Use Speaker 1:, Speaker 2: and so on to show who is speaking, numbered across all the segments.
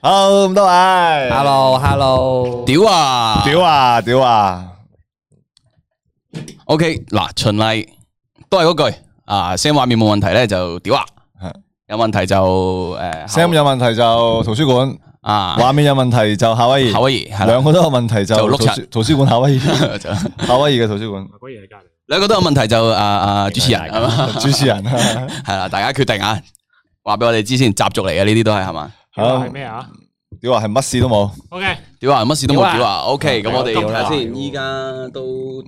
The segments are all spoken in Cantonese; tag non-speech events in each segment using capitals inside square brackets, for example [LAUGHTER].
Speaker 1: 好咁多位
Speaker 2: Hello，Hello，
Speaker 3: 屌啊！
Speaker 1: 屌啊屌啊！
Speaker 3: O K，嗱，循例都係嗰句啊，Sam 畫面冇問題咧就屌啊
Speaker 1: 係，
Speaker 3: 有問題就诶
Speaker 1: Sam 有問題就圖書館，
Speaker 3: 啊，
Speaker 1: 畫面有問題就夏威夷，
Speaker 3: 夏威夷係啦
Speaker 1: 兩個都有問題就
Speaker 3: 就碌
Speaker 1: 圖
Speaker 3: 柒
Speaker 1: 書圖書館夏威
Speaker 3: [LAUGHS]
Speaker 1: 夷，
Speaker 3: 就
Speaker 1: 夏威夷嘅圖書館
Speaker 4: 果然係隔離。
Speaker 3: 兩個都有問題就啊啊主持人係嘛，
Speaker 1: 主持人。
Speaker 3: [LAUGHS] 係啦，大家決定啊，話俾我哋知先，習俗嚟嘅呢啲都係係嘛，
Speaker 1: 好
Speaker 4: 係咩啊
Speaker 1: 屌話係乜事都冇，
Speaker 4: ？OK，
Speaker 3: 屌啊，乜事都冇
Speaker 2: 屌啊
Speaker 3: 屌啊，O K，咁我哋
Speaker 4: 屌
Speaker 3: 睇
Speaker 4: 啦
Speaker 3: 下先，依家都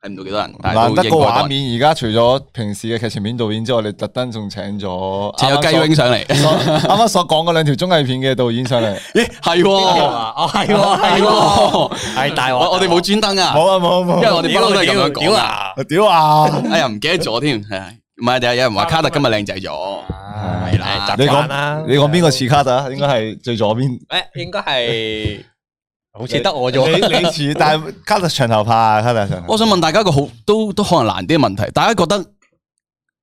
Speaker 3: 睇唔到幾多人，但係
Speaker 1: 難
Speaker 3: 都
Speaker 1: 得個
Speaker 3: 應該
Speaker 1: 畫
Speaker 3: 多人，
Speaker 1: 面而家除咗平時嘅劇情片導演之外，你特登仲請咗
Speaker 3: 請有雞 wing 上嚟，
Speaker 1: 所啱啱所講嗰兩條綜藝片嘅導演上嚟，
Speaker 3: 咦係喎
Speaker 2: 哦系
Speaker 3: 係
Speaker 2: 系
Speaker 3: 喎，
Speaker 2: 系大鑊
Speaker 3: 我我哋冇專登啊，
Speaker 1: 冇啊冇
Speaker 3: [LAUGHS] 因為
Speaker 1: 冇
Speaker 3: 我哋不嬲都係咁樣
Speaker 2: 屌
Speaker 3: 講
Speaker 2: 屌
Speaker 3: 啊。
Speaker 2: 啊！
Speaker 1: 屌啊！
Speaker 3: 哎呀，唔記得咗添，係啊唔係有有人話卡特今日靚仔咗，係啦，
Speaker 1: 你
Speaker 2: 習慣
Speaker 1: 講
Speaker 2: 啦
Speaker 1: 你講邊個似卡特啊？應該係最左邊。
Speaker 2: 诶，应该系 [LAUGHS] 好似得我
Speaker 3: 啊
Speaker 2: 咗，
Speaker 1: 你你似，但係卡特長頭髮啊，卡特長頭髮。
Speaker 3: 我想問大家一個好都都可能難啲嘅問題，大家覺得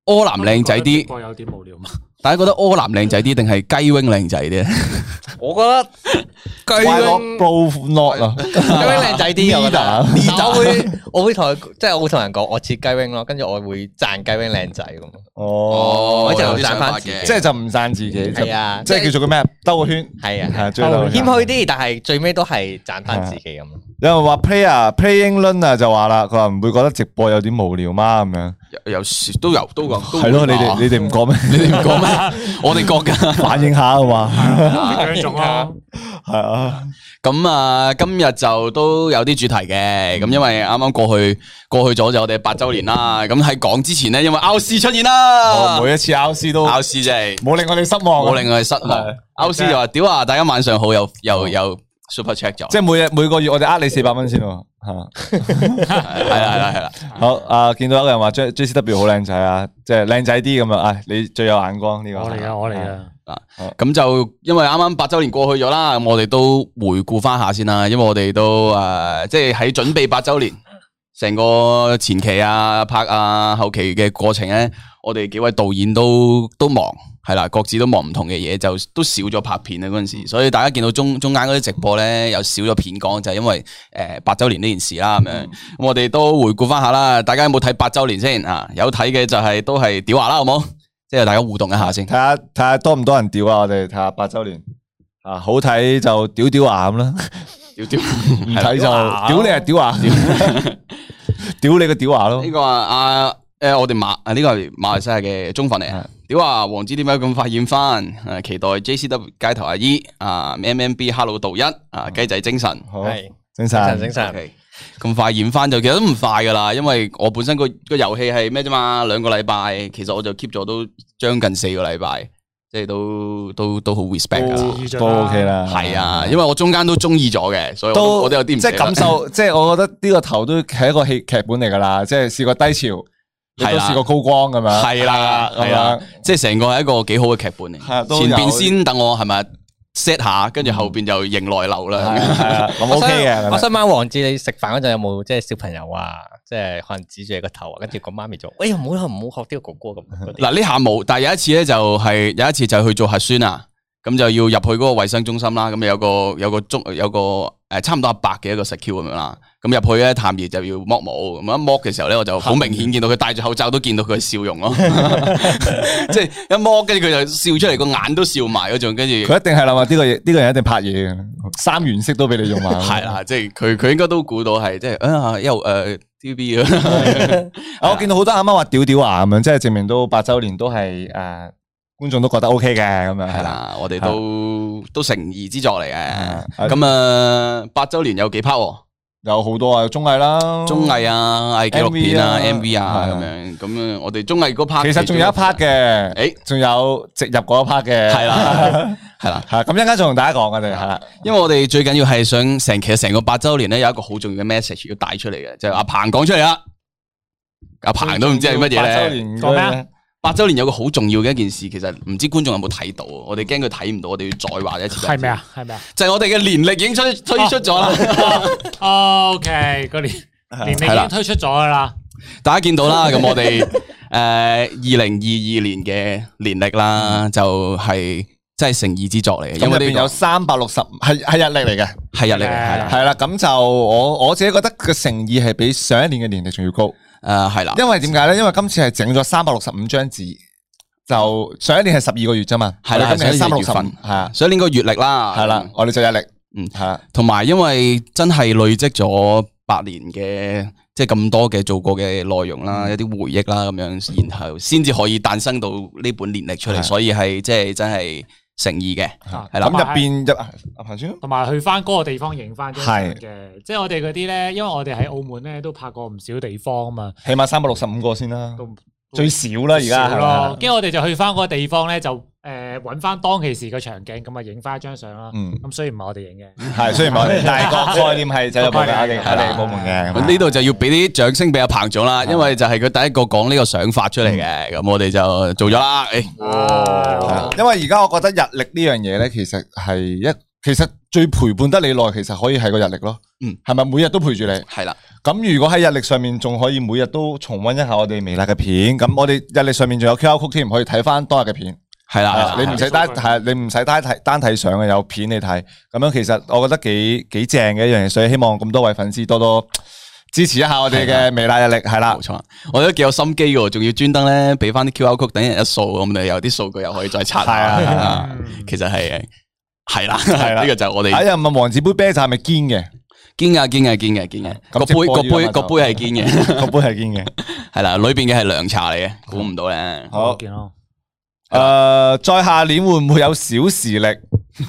Speaker 3: 柯南靚仔啲，
Speaker 4: 我有啲無
Speaker 1: [LAUGHS]
Speaker 4: 聊。
Speaker 3: 大家覺得柯南靚仔啲定係雞 wing 靚仔啲？
Speaker 2: 我覺 [LAUGHS] 得
Speaker 3: 雞
Speaker 1: Why not both not 啊？
Speaker 2: 雞 wing 靚仔啲，我覺得
Speaker 1: Leader，
Speaker 2: 但我會我會同佢即係我會同人講我切雞 wing 咯，跟住我會讚雞 wing 靚仔咁。
Speaker 1: 哦，
Speaker 2: 我就
Speaker 3: 有啲
Speaker 2: 讚
Speaker 3: 想
Speaker 2: 返
Speaker 3: 法
Speaker 2: 自己
Speaker 1: 即係就唔讚自己，就
Speaker 2: 係啊
Speaker 1: 即係叫做個咩啊？兜個圈。係
Speaker 2: 係
Speaker 1: 啊
Speaker 2: 啊，
Speaker 1: 最嬲
Speaker 2: 謙虛啲，但係最尾都係讚翻自己咁咯。
Speaker 1: 有人話 player playing run 啊，就話啦，佢話唔會覺得直播有啲無聊嗎？咁樣
Speaker 3: 有有時都有都講，
Speaker 1: 係咯，你啊哋你
Speaker 3: 你
Speaker 1: 哋唔講咩？
Speaker 3: 你
Speaker 1: [LAUGHS]
Speaker 3: 哋唔講 [LAUGHS] 咩？我哋講㗎。
Speaker 1: 反應下啊嘛，
Speaker 4: 兩種咯，
Speaker 1: 係啊，
Speaker 3: 咁啊，今日就都有啲主題嘅，咁因為啱啱過去過去咗就我哋八週年啦。咁喺講之前咧，因為 R C 出現啦
Speaker 1: 我每一次 R C 都
Speaker 3: ，R C 真係。
Speaker 1: 啊冇令我哋失望啊，
Speaker 3: 冇令我哋失望
Speaker 1: 係。
Speaker 3: 歐斯就話：屌啊，大家晚上好，又又又 super check 咗，
Speaker 1: 即係每日每個月我哋呃你四百蚊先喎，嚇。
Speaker 3: 係啦係啦係啦。
Speaker 1: 好啊！見到有人話 J J C W 好靚仔啊，即係靚仔啲咁啊！唉，你最有眼光呢個。
Speaker 4: 我嚟啊，我嚟啊，
Speaker 3: 咁就因為啱啱八週年過去咗啦，咁我哋都回顧翻下先啦，因為我哋都诶，呃即係喺準備八週年成個前期啊、拍啊、後期嘅過程咧，我哋幾位導演都都忙。係啦，各自都忙唔同嘅嘢，就都少咗拍片啦啊嗰陣時，所以大家見到中中間嗰啲直播咧，又少咗片講，就係、因為誒八週年呢件事啦咁樣。咁、我哋都回顧翻下啦，大家有冇睇八週年先啊？有睇嘅就係、都係屌下啦，好冇？即係大家互動一下先
Speaker 1: 睇。下睇下多唔多人屌啊！我哋睇下八周年啊，好睇就屌屌啊咁啦，
Speaker 3: 屌屌，
Speaker 1: 唔睇就屌你啊屌啊，屌你個屌啊咯
Speaker 3: 呢！個啊啊诶，我哋馬啊呢個係馬來西亞嘅中分嚟啊！屌啊，王子點解咁快染翻？诶，期待 JCW 街頭阿姨啊，MMB Hello 道一啊，雞仔精神。
Speaker 1: 好，
Speaker 2: 係
Speaker 1: 嗯精
Speaker 2: 精神精
Speaker 1: 神
Speaker 2: 神，
Speaker 3: OK，咁快染翻就其實都唔快噶啦，因為我本身個個遊戲係咩啫嘛，兩個禮拜，其實我就 keep 咗都將近四個禮拜，即係都都都好 respect 噶啦。
Speaker 1: 都 OK 啦，
Speaker 3: 係啊，因為我中間都中意咗嘅，所以我都我都有啲唔
Speaker 1: 即係
Speaker 3: 捨得
Speaker 1: 感受，即係我覺得呢個頭都係一個戲劇本嚟㗎啦，即係試過低潮，亦
Speaker 3: 係
Speaker 1: 都
Speaker 3: 啦
Speaker 1: 試過高光咁樣，
Speaker 3: 系啦，
Speaker 1: 咁
Speaker 3: 系啦
Speaker 1: 樣，
Speaker 3: 即系成個係一個幾好嘅劇本
Speaker 1: 係啊
Speaker 3: 嚟。
Speaker 1: 都
Speaker 3: 前
Speaker 1: 有
Speaker 3: 邊先等我係咪 set 下，跟住後邊就迎來流啦。
Speaker 1: 係係啊，咁 OK 嘅。
Speaker 2: 我想問王志，你食飯嗰陣有冇即係小朋友啊？即係可能指住你個頭啊，跟住個媽咪就：哎呀，唔好啦，唔好學呢個哥哥咁嗰啲。
Speaker 3: 嗱呢下冇，但係有一次咧就係有一次就去做核酸啊，咁就要入去嗰個衛生中心啦，咁有個有個中有個诶差唔多阿伯嘅一個 secure 咁樣啦，咁入去咧探熱就要剝帽，咁一剝嘅時候咧我就好明顯見到佢戴住口罩都見到佢嘅笑
Speaker 1: [LAUGHS]
Speaker 3: 容咯，即係一剝跟住佢就笑出嚟，個眼都笑埋嗰種，跟住。
Speaker 1: 佢一定係諗啊！呢個嘢，呢個人一定拍嘢嘅，三原色都俾你用啊埋。
Speaker 3: 系啦，即系佢佢应该都估到系即系啊，又诶 TVB 啊，
Speaker 1: 啊，我見到好多啱啱話屌屌啊咁樣，即係證明到八周年都係诶觀眾都覺得 O K 嘅咁樣
Speaker 3: 系
Speaker 1: 係啦。
Speaker 3: 啦，我哋都都诚意之作嚟嘅。
Speaker 1: 係哦
Speaker 3: 咁啊，八周年有几 part
Speaker 1: 有好多啊，綜藝啦，
Speaker 3: 喎綜藝啊、藝紀錄片啊、
Speaker 1: MV
Speaker 3: MV 啊
Speaker 1: 係
Speaker 3: 咁
Speaker 1: 啊
Speaker 3: 樣。咁啊，我哋綜藝嗰 part
Speaker 1: 其實仲有一 part 嘅，
Speaker 3: 誒
Speaker 1: 仲有植入嗰一 part 嘅，[LAUGHS]
Speaker 3: 係啦，係啦。
Speaker 1: 係咁一陣間仲同大家講我哋係啦，
Speaker 3: 因為我哋最緊要係想成其實成個八周年咧有一個好重要嘅 message 要帶出嚟嘅，就係阿彭講出嚟啦。阿彭都唔知係乜嘢
Speaker 1: 八周
Speaker 3: 咧。
Speaker 1: 年
Speaker 4: 講咩啊
Speaker 3: 八周年有個好重要嘅一件事，其實唔知觀眾有冇睇到，我哋驚佢睇唔到，我哋要再話一次。
Speaker 4: 係咩？啊？係咩啊
Speaker 3: 就係我哋嘅年歷已經推推出咗
Speaker 1: 啊
Speaker 3: 啦，
Speaker 4: ？OK，嗰年年你已經推出咗噶啦，
Speaker 3: 大家見到啦。咁
Speaker 1: [LAUGHS]
Speaker 3: 我哋誒二零二二年嘅年歷啦，就係、真係誠意之作嚟嘅，
Speaker 1: 咁
Speaker 3: 因
Speaker 1: 入
Speaker 3: 為
Speaker 1: 边
Speaker 3: 呢
Speaker 1: 有
Speaker 3: 個
Speaker 1: 三百六十係系日历嚟嘅，
Speaker 3: 係日曆嚟，係啦，
Speaker 1: 係啦。咁就我我自己覺得個誠意係比上一年嘅年历仲要高，
Speaker 3: 誒係啦，
Speaker 1: 因為點解咧？因為今次係整咗三百六十五張紙，就上一年係十二個月啫嘛，
Speaker 3: 係啦
Speaker 1: 我哋今年係三百
Speaker 3: 上一年
Speaker 1: 六
Speaker 3: 月
Speaker 1: 十
Speaker 3: 份
Speaker 1: 五，系啊，
Speaker 3: 所以呢個月曆啦，
Speaker 1: 系啦，，我哋就日历，
Speaker 3: 嗯
Speaker 1: 係啦，
Speaker 3: 同埋因為真係累積咗八年嘅。即係咁多嘅做過嘅內容啦，
Speaker 1: 嗯
Speaker 3: 一啲回憶啦咁樣，然後先至可以誕生到呢本年歷出嚟，
Speaker 1: 係
Speaker 3: 所以係即係真係誠意嘅，
Speaker 4: 啊
Speaker 3: 係啦
Speaker 1: 咁入边入阿啊彭先
Speaker 4: 同埋去翻嗰個地方影翻張相
Speaker 1: 係
Speaker 4: 嘅，即係我哋嗰啲咧，因為我哋喺澳門咧都拍過唔少地方啊嘛，
Speaker 1: 起碼三百六十五個先啦，
Speaker 4: 都
Speaker 1: 最少啦而家
Speaker 4: 少
Speaker 1: 係啦
Speaker 4: 咯。，跟住我哋就去翻嗰個地方咧，就誒揾翻當其時嘅場景，咁啊影翻一張相啦。
Speaker 1: 嗯，
Speaker 4: 咁雖然唔係我哋影嘅， [LAUGHS]
Speaker 1: 係雖然我哋，但係個概念係就有部嘅，我哋
Speaker 4: 係
Speaker 1: 我哋
Speaker 4: 啦
Speaker 1: 部門嘅咁
Speaker 3: 咁
Speaker 1: 啊。
Speaker 3: 呢度就要俾啲掌聲俾阿彭總啦，因為就係佢第一個講呢個想法出嚟嘅，咁我哋就做咗啦。誒，嗯
Speaker 1: 係啦
Speaker 4: 哦
Speaker 1: 啊因為而家我覺得日曆呢樣嘢咧，其實係一其實最陪伴得你耐，其實可以係個日曆咯。
Speaker 3: 嗯，
Speaker 1: 係咪每日都陪住你？
Speaker 3: 係啦，
Speaker 1: 咁如果喺日曆上面仲可以每日都重温一下我哋微辣嘅片，咁我哋日曆上面仲有 QR code 添，可以睇翻當日嘅片。
Speaker 3: 係
Speaker 1: 係
Speaker 3: 啦
Speaker 1: 啊，，你唔使單
Speaker 4: 係
Speaker 1: 係你唔使單睇單睇相嘅，有片你睇。咁樣其實我覺得幾幾正嘅一樣嘢，所以希望咁多位粉絲多多支持一下我哋嘅微辣日曆，係啦
Speaker 3: 冇。錯，我覺得幾有心機嘅喎，仲要專登咧俾翻啲 QR code 等人一掃，咁你有啲數據又可以再刷。
Speaker 1: 係啊係
Speaker 3: 啊
Speaker 4: 嗯
Speaker 3: [LAUGHS] 其實係係啦，
Speaker 1: 係啦
Speaker 3: 呢個就係我
Speaker 1: 哎
Speaker 3: 哋
Speaker 1: 呀，唔係王子杯啤酒係咪堅
Speaker 3: 堅嘅堅嘅堅嘅堅嘅
Speaker 1: 咁
Speaker 3: 個
Speaker 1: 直播
Speaker 3: 杯個
Speaker 1: 要
Speaker 3: 杯
Speaker 1: 啦
Speaker 3: 個杯係堅嘅，
Speaker 1: 嘅？個杯係堅嘅。
Speaker 3: 係啦，裏邊嘅係涼茶嚟嘅，估唔到咧。
Speaker 1: 好
Speaker 4: 見咯。
Speaker 1: 诶、再下年會唔會有小時力？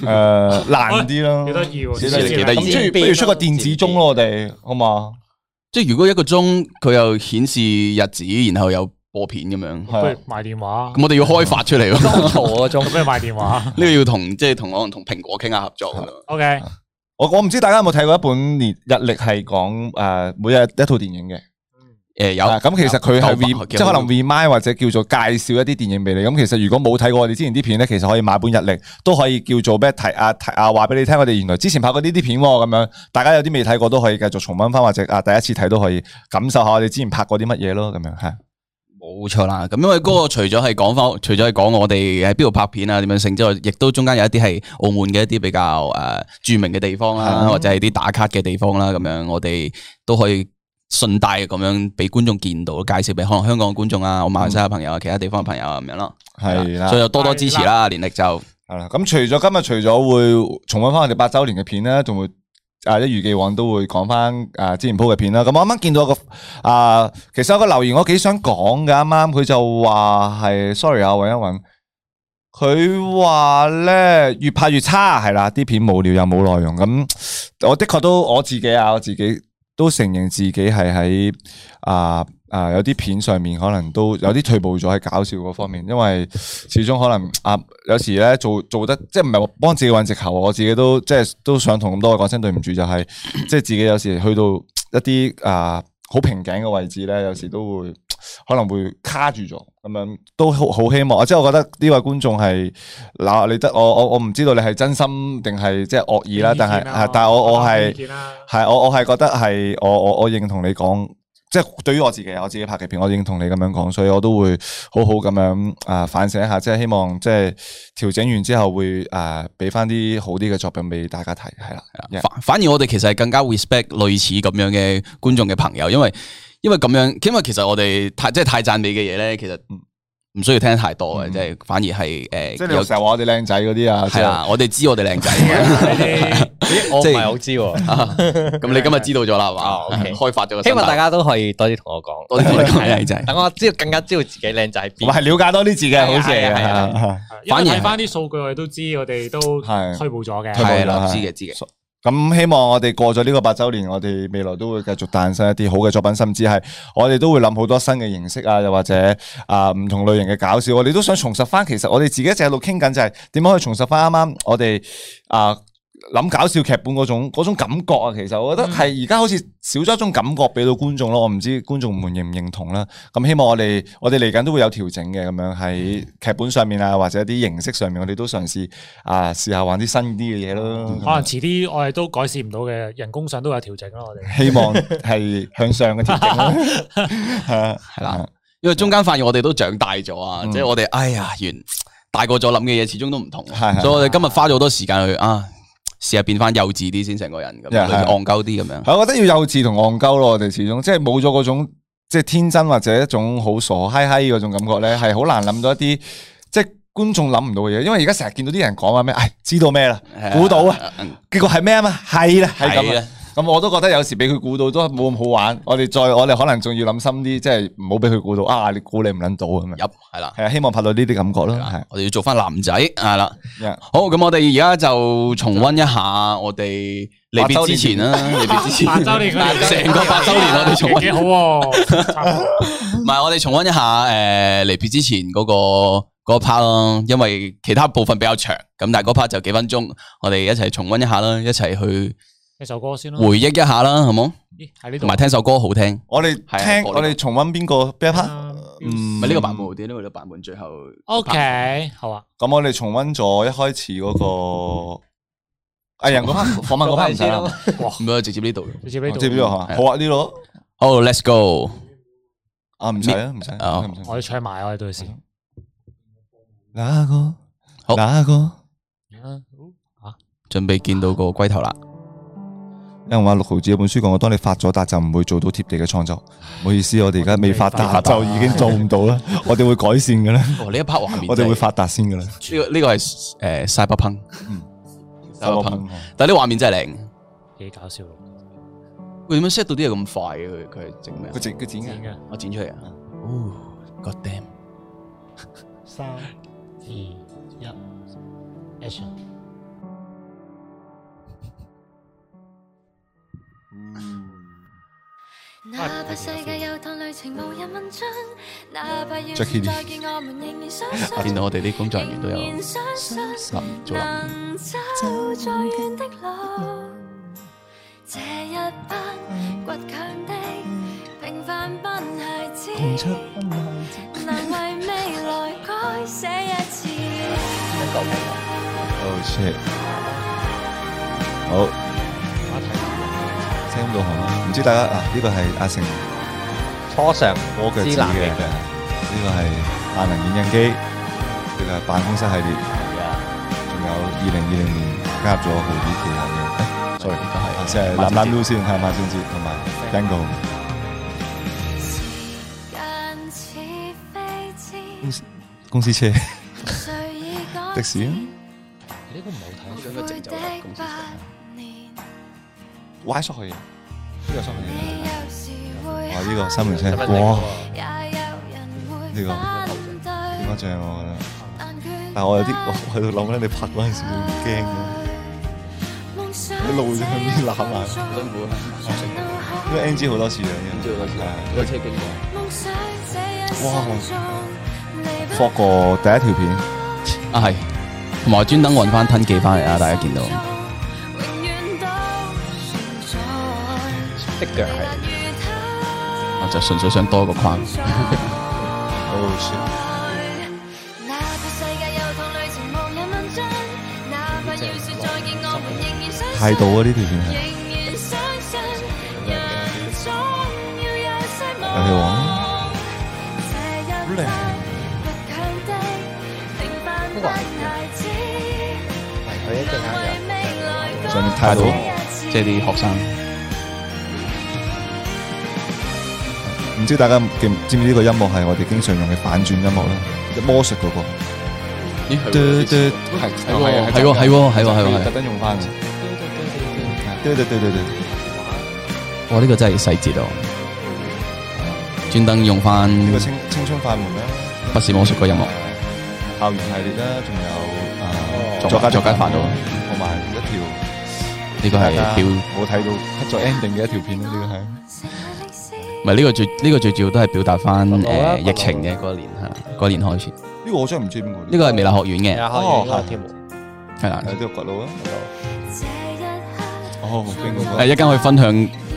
Speaker 1: 诶、難啲咯，
Speaker 4: 幾得意喎
Speaker 1: 幾得意
Speaker 3: 幾得意
Speaker 1: 咁不如不如出個電子鐘咯，我哋好嘛？
Speaker 3: 即係如果一個鐘佢又顯示日子，然後又播片咁樣，
Speaker 4: 不
Speaker 1: 係
Speaker 4: 如賣電話，
Speaker 3: 咁我哋要開發出嚟喎。
Speaker 2: 嘈嗰啊種
Speaker 4: 咁不如賣電話。
Speaker 3: 呢個要同即係同可能同蘋果傾下合作㗎咯
Speaker 4: OK，
Speaker 1: 我我唔知大家有冇睇過一本年日曆係講诶每日一套電影嘅，
Speaker 3: 誒有
Speaker 1: 啊咁、其實佢係
Speaker 3: 有
Speaker 1: re 即系
Speaker 3: 有
Speaker 1: 可能 remind 或者叫做介紹一啲電影俾你。咁其實如果冇睇過我哋之前啲片咧，其實可以買本日曆，都可以叫做咩提啊提啊話俾你聽，我哋原來之前拍過呢啲片喎咁樣。大家有啲未睇過都可以繼續重温翻，或者啊第一次睇都可以感受下我哋之前拍過啲乜嘢咯，咁樣係。
Speaker 3: 冇錯啦。咁因為嗰個除咗係講翻，除咗係講我哋喺邊度拍片啊點樣成之外，亦都中間有一啲係澳門嘅一啲比較誒、呃著名嘅地方啦，
Speaker 1: 係
Speaker 3: 或者係啲打卡嘅地方啦，咁樣我哋都可以。順帶咁樣俾觀眾見到，介紹俾可能香港嘅觀眾啊，我馬來西亞朋友啊，其他地方嘅朋友啊咁樣咯，
Speaker 1: 係啦
Speaker 3: 所以，就多多支持啦，年力就
Speaker 1: 系啦，咁除咗今日，除咗會重温翻我哋八周年嘅片咧，仲會啊一如既往都會講翻啊之前鋪嘅片啦。咁我啱啱見到個啊，其實有個留言我幾想講噶，啱啱佢就話係，sorry 啊，搵一搵，佢話咧越拍越差，係啦，啲片無聊又冇內容。咁我的確都我自己啊，我自己都承認自己係喺啊啊有啲片上面可能都有啲退步咗喺搞笑嗰方面，因為始終可能啊有時咧做做得即係唔係話幫自己揾藉口，我自己都即係都想同咁多位講聲對唔住，就係、即係自己有時去到一啲啊好瓶頸嘅位置咧，有時都會可能會卡住咗咁樣，都好好希望，啊即係我覺得呢位觀眾係嗱你得我我我唔知道你係真心定係即係惡意啦，但係啊但係我我係。系我我系觉得系我我我认同你讲，即系对于我自己，啊我自己拍嘅片，我认同你咁样讲，所以我都会好好咁样啊、反省一下，即系希望即系调整完之后会啊俾翻啲好啲嘅作品俾大家睇，系啦，Yeah
Speaker 3: 反反而我哋其實係更加 respect 類似咁樣嘅觀眾嘅朋友，因為因為咁樣，因為其實我哋太即係太讚美嘅嘢咧，其實
Speaker 1: 嗯
Speaker 3: 唔需要聽得太多嘅，
Speaker 1: 嗯
Speaker 3: 即係反而係诶
Speaker 1: 即系你成日话我哋靓仔嗰啲啊，
Speaker 3: 係啦，我哋知我哋靚仔
Speaker 4: [LAUGHS]
Speaker 3: 嘅， [LAUGHS]
Speaker 1: [LAUGHS]
Speaker 2: 咦我唔
Speaker 3: 即係
Speaker 2: 係好知喎，
Speaker 3: 咁你今日知道咗啦，係嘛
Speaker 2: 哦，OK
Speaker 3: [LAUGHS] 開發咗個
Speaker 2: 希
Speaker 3: 新
Speaker 2: 望
Speaker 3: 大
Speaker 2: 大家都可以多啲同我講，
Speaker 3: 多啲同我講靚仔
Speaker 2: 係等啊我知道更加知道自己靚仔喺
Speaker 1: 唔
Speaker 2: 邊。
Speaker 1: 系了解多啲自己，好似
Speaker 2: 係啊係啊
Speaker 1: 係
Speaker 4: 反而
Speaker 3: 反而係
Speaker 4: 睇翻啲數據，我哋都知，我哋都
Speaker 1: 係
Speaker 4: 退步啊咗嘅。
Speaker 1: 退步
Speaker 3: 係啦，
Speaker 1: 係
Speaker 3: 知嘅知嘅，
Speaker 1: 咁希望我哋過咗呢個八周年，我哋未來都會繼續誕生一啲好嘅作品，甚至係我哋都會諗好多新嘅形式啊，又或者啊唔同類型嘅搞笑，我哋都想重拾翻。其實我哋自己一直喺度傾緊就係點樣可以重拾翻啱啱我哋啊諗搞笑劇本嗰種嗰種感覺啊。其實我覺得係而家好似少咗一種感覺俾到觀眾咯。我唔知觀眾們認唔認同啦。咁希望我哋我哋嚟緊都會有調整嘅，咁樣喺劇本上面啊，或者啲形式上面，我哋都嘗試啊試下玩啲新啲嘅嘢咯。
Speaker 4: 可能遲啲我哋都改善唔到嘅人工上都有調整
Speaker 1: [LAUGHS]
Speaker 4: 咯，我哋。
Speaker 1: 希望係向上嘅調整啦，係啊
Speaker 3: [LAUGHS] 係啦，因為中間發現我哋都長大咗啊，
Speaker 1: 嗯
Speaker 3: 即係我哋哎呀原。大個咗諗嘅嘢始終都唔同，啊
Speaker 1: 係係
Speaker 3: 所以我哋今日花咗好多時間去啊，試下變翻幼稚啲先，成個人咁樣，
Speaker 1: 係係
Speaker 3: 戇鳩啲咁樣。
Speaker 1: 係啊我覺得要幼稚同戇鳩咯，我哋始終即係冇咗嗰種即係天真或者一種好傻嗨嗨嗰種感覺咧，係好難諗到一啲即係觀眾諗唔到嘅嘢，因為而家成日見到啲人講話咩，唉，知道咩啦，估到啊，
Speaker 3: 嗯，
Speaker 1: 結果係咩啊嘛，係啦，係
Speaker 3: 係
Speaker 1: 咁啊
Speaker 3: 啦。，
Speaker 1: 咁我都覺得有時俾佢估到都冇咁好玩，我哋再我哋可能仲要諗深啲，即係唔好俾佢估到啊！你估你唔撚到咁樣，
Speaker 3: 入係啦，
Speaker 1: 係啊，希望拍到呢啲感覺咯，係
Speaker 3: 我哋要做翻男仔係啦。
Speaker 1: Yeah
Speaker 3: 好，咁我哋而家就重温一下我哋離別之前啦，
Speaker 4: [LAUGHS]
Speaker 3: 離別之前，
Speaker 4: 八周年嗰啲
Speaker 3: 成個八周年我哋重温
Speaker 4: 幾，好喎，差唔多
Speaker 3: 唔係我哋重温一下诶離別之前嗰個嗰個 part 咯，因為其他部分比較長，咁但係嗰 part 就幾分鐘，我哋一齊重温一下啦，一齊去
Speaker 4: 一首歌先咯。
Speaker 3: 回憶一下啦，好冇？
Speaker 4: 咦喺呢度
Speaker 3: 同埋聽首歌好聽，
Speaker 1: 我哋
Speaker 3: 係啊
Speaker 1: 聽
Speaker 3: 播呢個
Speaker 1: 我哋重温邊個邊一 part？
Speaker 4: 啊
Speaker 1: 嗯
Speaker 3: 唔係呢個版本好啲，呢個版本最後
Speaker 4: OK，好啊，
Speaker 1: 咁我哋重温咗一開始嗰個藝人嗰 part 訪問
Speaker 2: 啊
Speaker 1: 嗰 part 唔使啦。
Speaker 3: 唔該，直接呢度。
Speaker 4: 直接呢度。
Speaker 1: 知唔知啊？
Speaker 3: 係
Speaker 1: 好啊，呢度
Speaker 3: 好，Let's go。
Speaker 1: 啊，唔使啊，唔使
Speaker 3: 哦
Speaker 1: 唔使。唔使
Speaker 4: 我哋唱埋我哋到時。
Speaker 1: 哪個？
Speaker 3: 好
Speaker 1: 哪個？
Speaker 3: 準備見到個龜頭啦，
Speaker 1: 有人話六毫子有本書講過，當你發咗達就唔會做到貼地嘅創作。唔好意思，我哋而家未發達就已經做唔到啦。我哋會改善嘅啦，
Speaker 3: 哦呢一 part 畫面真係，
Speaker 1: 我哋會發達先嘅啦。
Speaker 3: 呢個呢個係誒 Cyberpunk，
Speaker 1: 嗯
Speaker 3: Cyberpunk，但係呢個畫面真係靚。
Speaker 4: 幾搞笑咯，
Speaker 3: 佢點樣 set 到啲嘢咁快嘅？佢佢係整咩啊
Speaker 1: 佢？整佢剪
Speaker 4: 剪
Speaker 1: 嘅，
Speaker 4: 嘅
Speaker 3: 我剪出嚟啊！哦，God damn！
Speaker 4: 三二一，action！
Speaker 5: 哪怕世界有趟旅程無人問津，哪怕要
Speaker 1: Jackie Lee
Speaker 5: 再見我們仍然相信，
Speaker 3: 見到我哋啲工作人員都有
Speaker 5: 仍然相信
Speaker 3: 林做林，
Speaker 5: 能走再遠的路。這嗯一班倔強的平凡笨孩子，能為未來改寫一次。
Speaker 1: Oh shit！好，聽到好嗎？唔知大家啊，呢個係阿成
Speaker 2: 初上
Speaker 1: 我嘅指
Speaker 2: 知
Speaker 1: 嘅，
Speaker 2: 男
Speaker 1: 呢
Speaker 2: 嘅，
Speaker 1: 個係萬能影印機，呢個係辦公室系列。仲有二零二零年加入咗豪啲旗下嘅誒，sorry，
Speaker 3: 都係
Speaker 1: 即係藍藍 Lu 先，係馬先知同埋 Dango。
Speaker 5: 間似飛
Speaker 1: 公
Speaker 5: 箭，
Speaker 1: 司公司車
Speaker 5: 誰已講
Speaker 1: 的士啊
Speaker 4: 呢個唔好睇，
Speaker 5: 悔的八年。
Speaker 1: 歪出去，呢個出
Speaker 5: 你有時會
Speaker 6: Ờ,
Speaker 1: 去。哇！
Speaker 5: 喊
Speaker 1: 呢個三輪車，
Speaker 2: 得
Speaker 1: 哇！
Speaker 5: 也有人會
Speaker 1: 呢個
Speaker 5: 反對，
Speaker 6: Dạ.
Speaker 1: 好正我覺得，
Speaker 5: 但決
Speaker 6: À,
Speaker 1: 但係我有啲我我喺度諗咧，你拍嗰陣時會唔會驚嘅？
Speaker 5: 夢想
Speaker 1: 一路向邊攬
Speaker 6: à?
Speaker 1: 啊
Speaker 5: 這
Speaker 3: 辛
Speaker 5: 一
Speaker 3: 苦，
Speaker 5: 生中
Speaker 1: 因為 NG 好多次啦，已經係啊因為
Speaker 3: 車經過，
Speaker 5: 夢想這一
Speaker 1: 哇
Speaker 5: 生中離不
Speaker 1: 霍過第一條片，
Speaker 3: 啊係，同埋我專登揾翻吞記翻嚟啊！大家見到
Speaker 5: 開永遠都存
Speaker 2: 的
Speaker 5: 在
Speaker 2: 腳係
Speaker 5: 但願它
Speaker 3: 我就純粹想多個 [LAUGHS] 框。
Speaker 5: 在
Speaker 1: Oh shit！
Speaker 5: 哪怕世界有趟旅程無人問津，哪怕要說再見，我們仍然相信。
Speaker 1: 態度啊！呢條片
Speaker 5: 仍
Speaker 1: 係
Speaker 5: 然相信人總要有失
Speaker 1: 遊戲王。
Speaker 5: 望。這一生倔強的平凡不孩子，
Speaker 6: 아,
Speaker 2: 佢一隻
Speaker 5: 能為
Speaker 2: 眼
Speaker 5: 未來
Speaker 1: 上面
Speaker 5: 改
Speaker 1: 態度，
Speaker 5: 寫一次
Speaker 3: 即係啲學生，
Speaker 1: 唔知大家記唔知唔知呢個音樂係我哋經常用嘅反轉音樂咧？魔術嗰個，
Speaker 3: 咦
Speaker 1: 嘟嘟哦
Speaker 3: 係
Speaker 1: 係啊喎
Speaker 3: 喎係喎係喎係喎係
Speaker 1: 特
Speaker 3: 喎，
Speaker 1: 登用翻嘅。對對對對對，
Speaker 3: 我呢個真係細緻到，專登用翻
Speaker 1: 呢個青青春快門啦。
Speaker 3: 不是魔術嘅音樂。
Speaker 1: 校園系列啦，仲有啊
Speaker 3: 作家作家煩惱
Speaker 1: 同埋一條
Speaker 3: 呢個係
Speaker 1: 啊
Speaker 3: 表，唔
Speaker 1: 冇睇到 cut 咗 ending 嘅一條片啦，呢
Speaker 5: 成為歷史。
Speaker 3: 係呢個最呢個最主要都係表達翻
Speaker 2: 好啊
Speaker 3: 誒疫情嘅嗰一年係啦，嗰一年開始。
Speaker 1: 個係呢個我真係唔知邊個
Speaker 3: 呢個係啊微辣學院
Speaker 2: 有
Speaker 1: 啊
Speaker 3: 嘅，
Speaker 2: 學院跳舞，
Speaker 3: 係啦，
Speaker 1: 喺呢個掘路啊，
Speaker 5: 這一
Speaker 1: 哦
Speaker 5: 刻
Speaker 1: 邊個
Speaker 3: 誒一間可以分享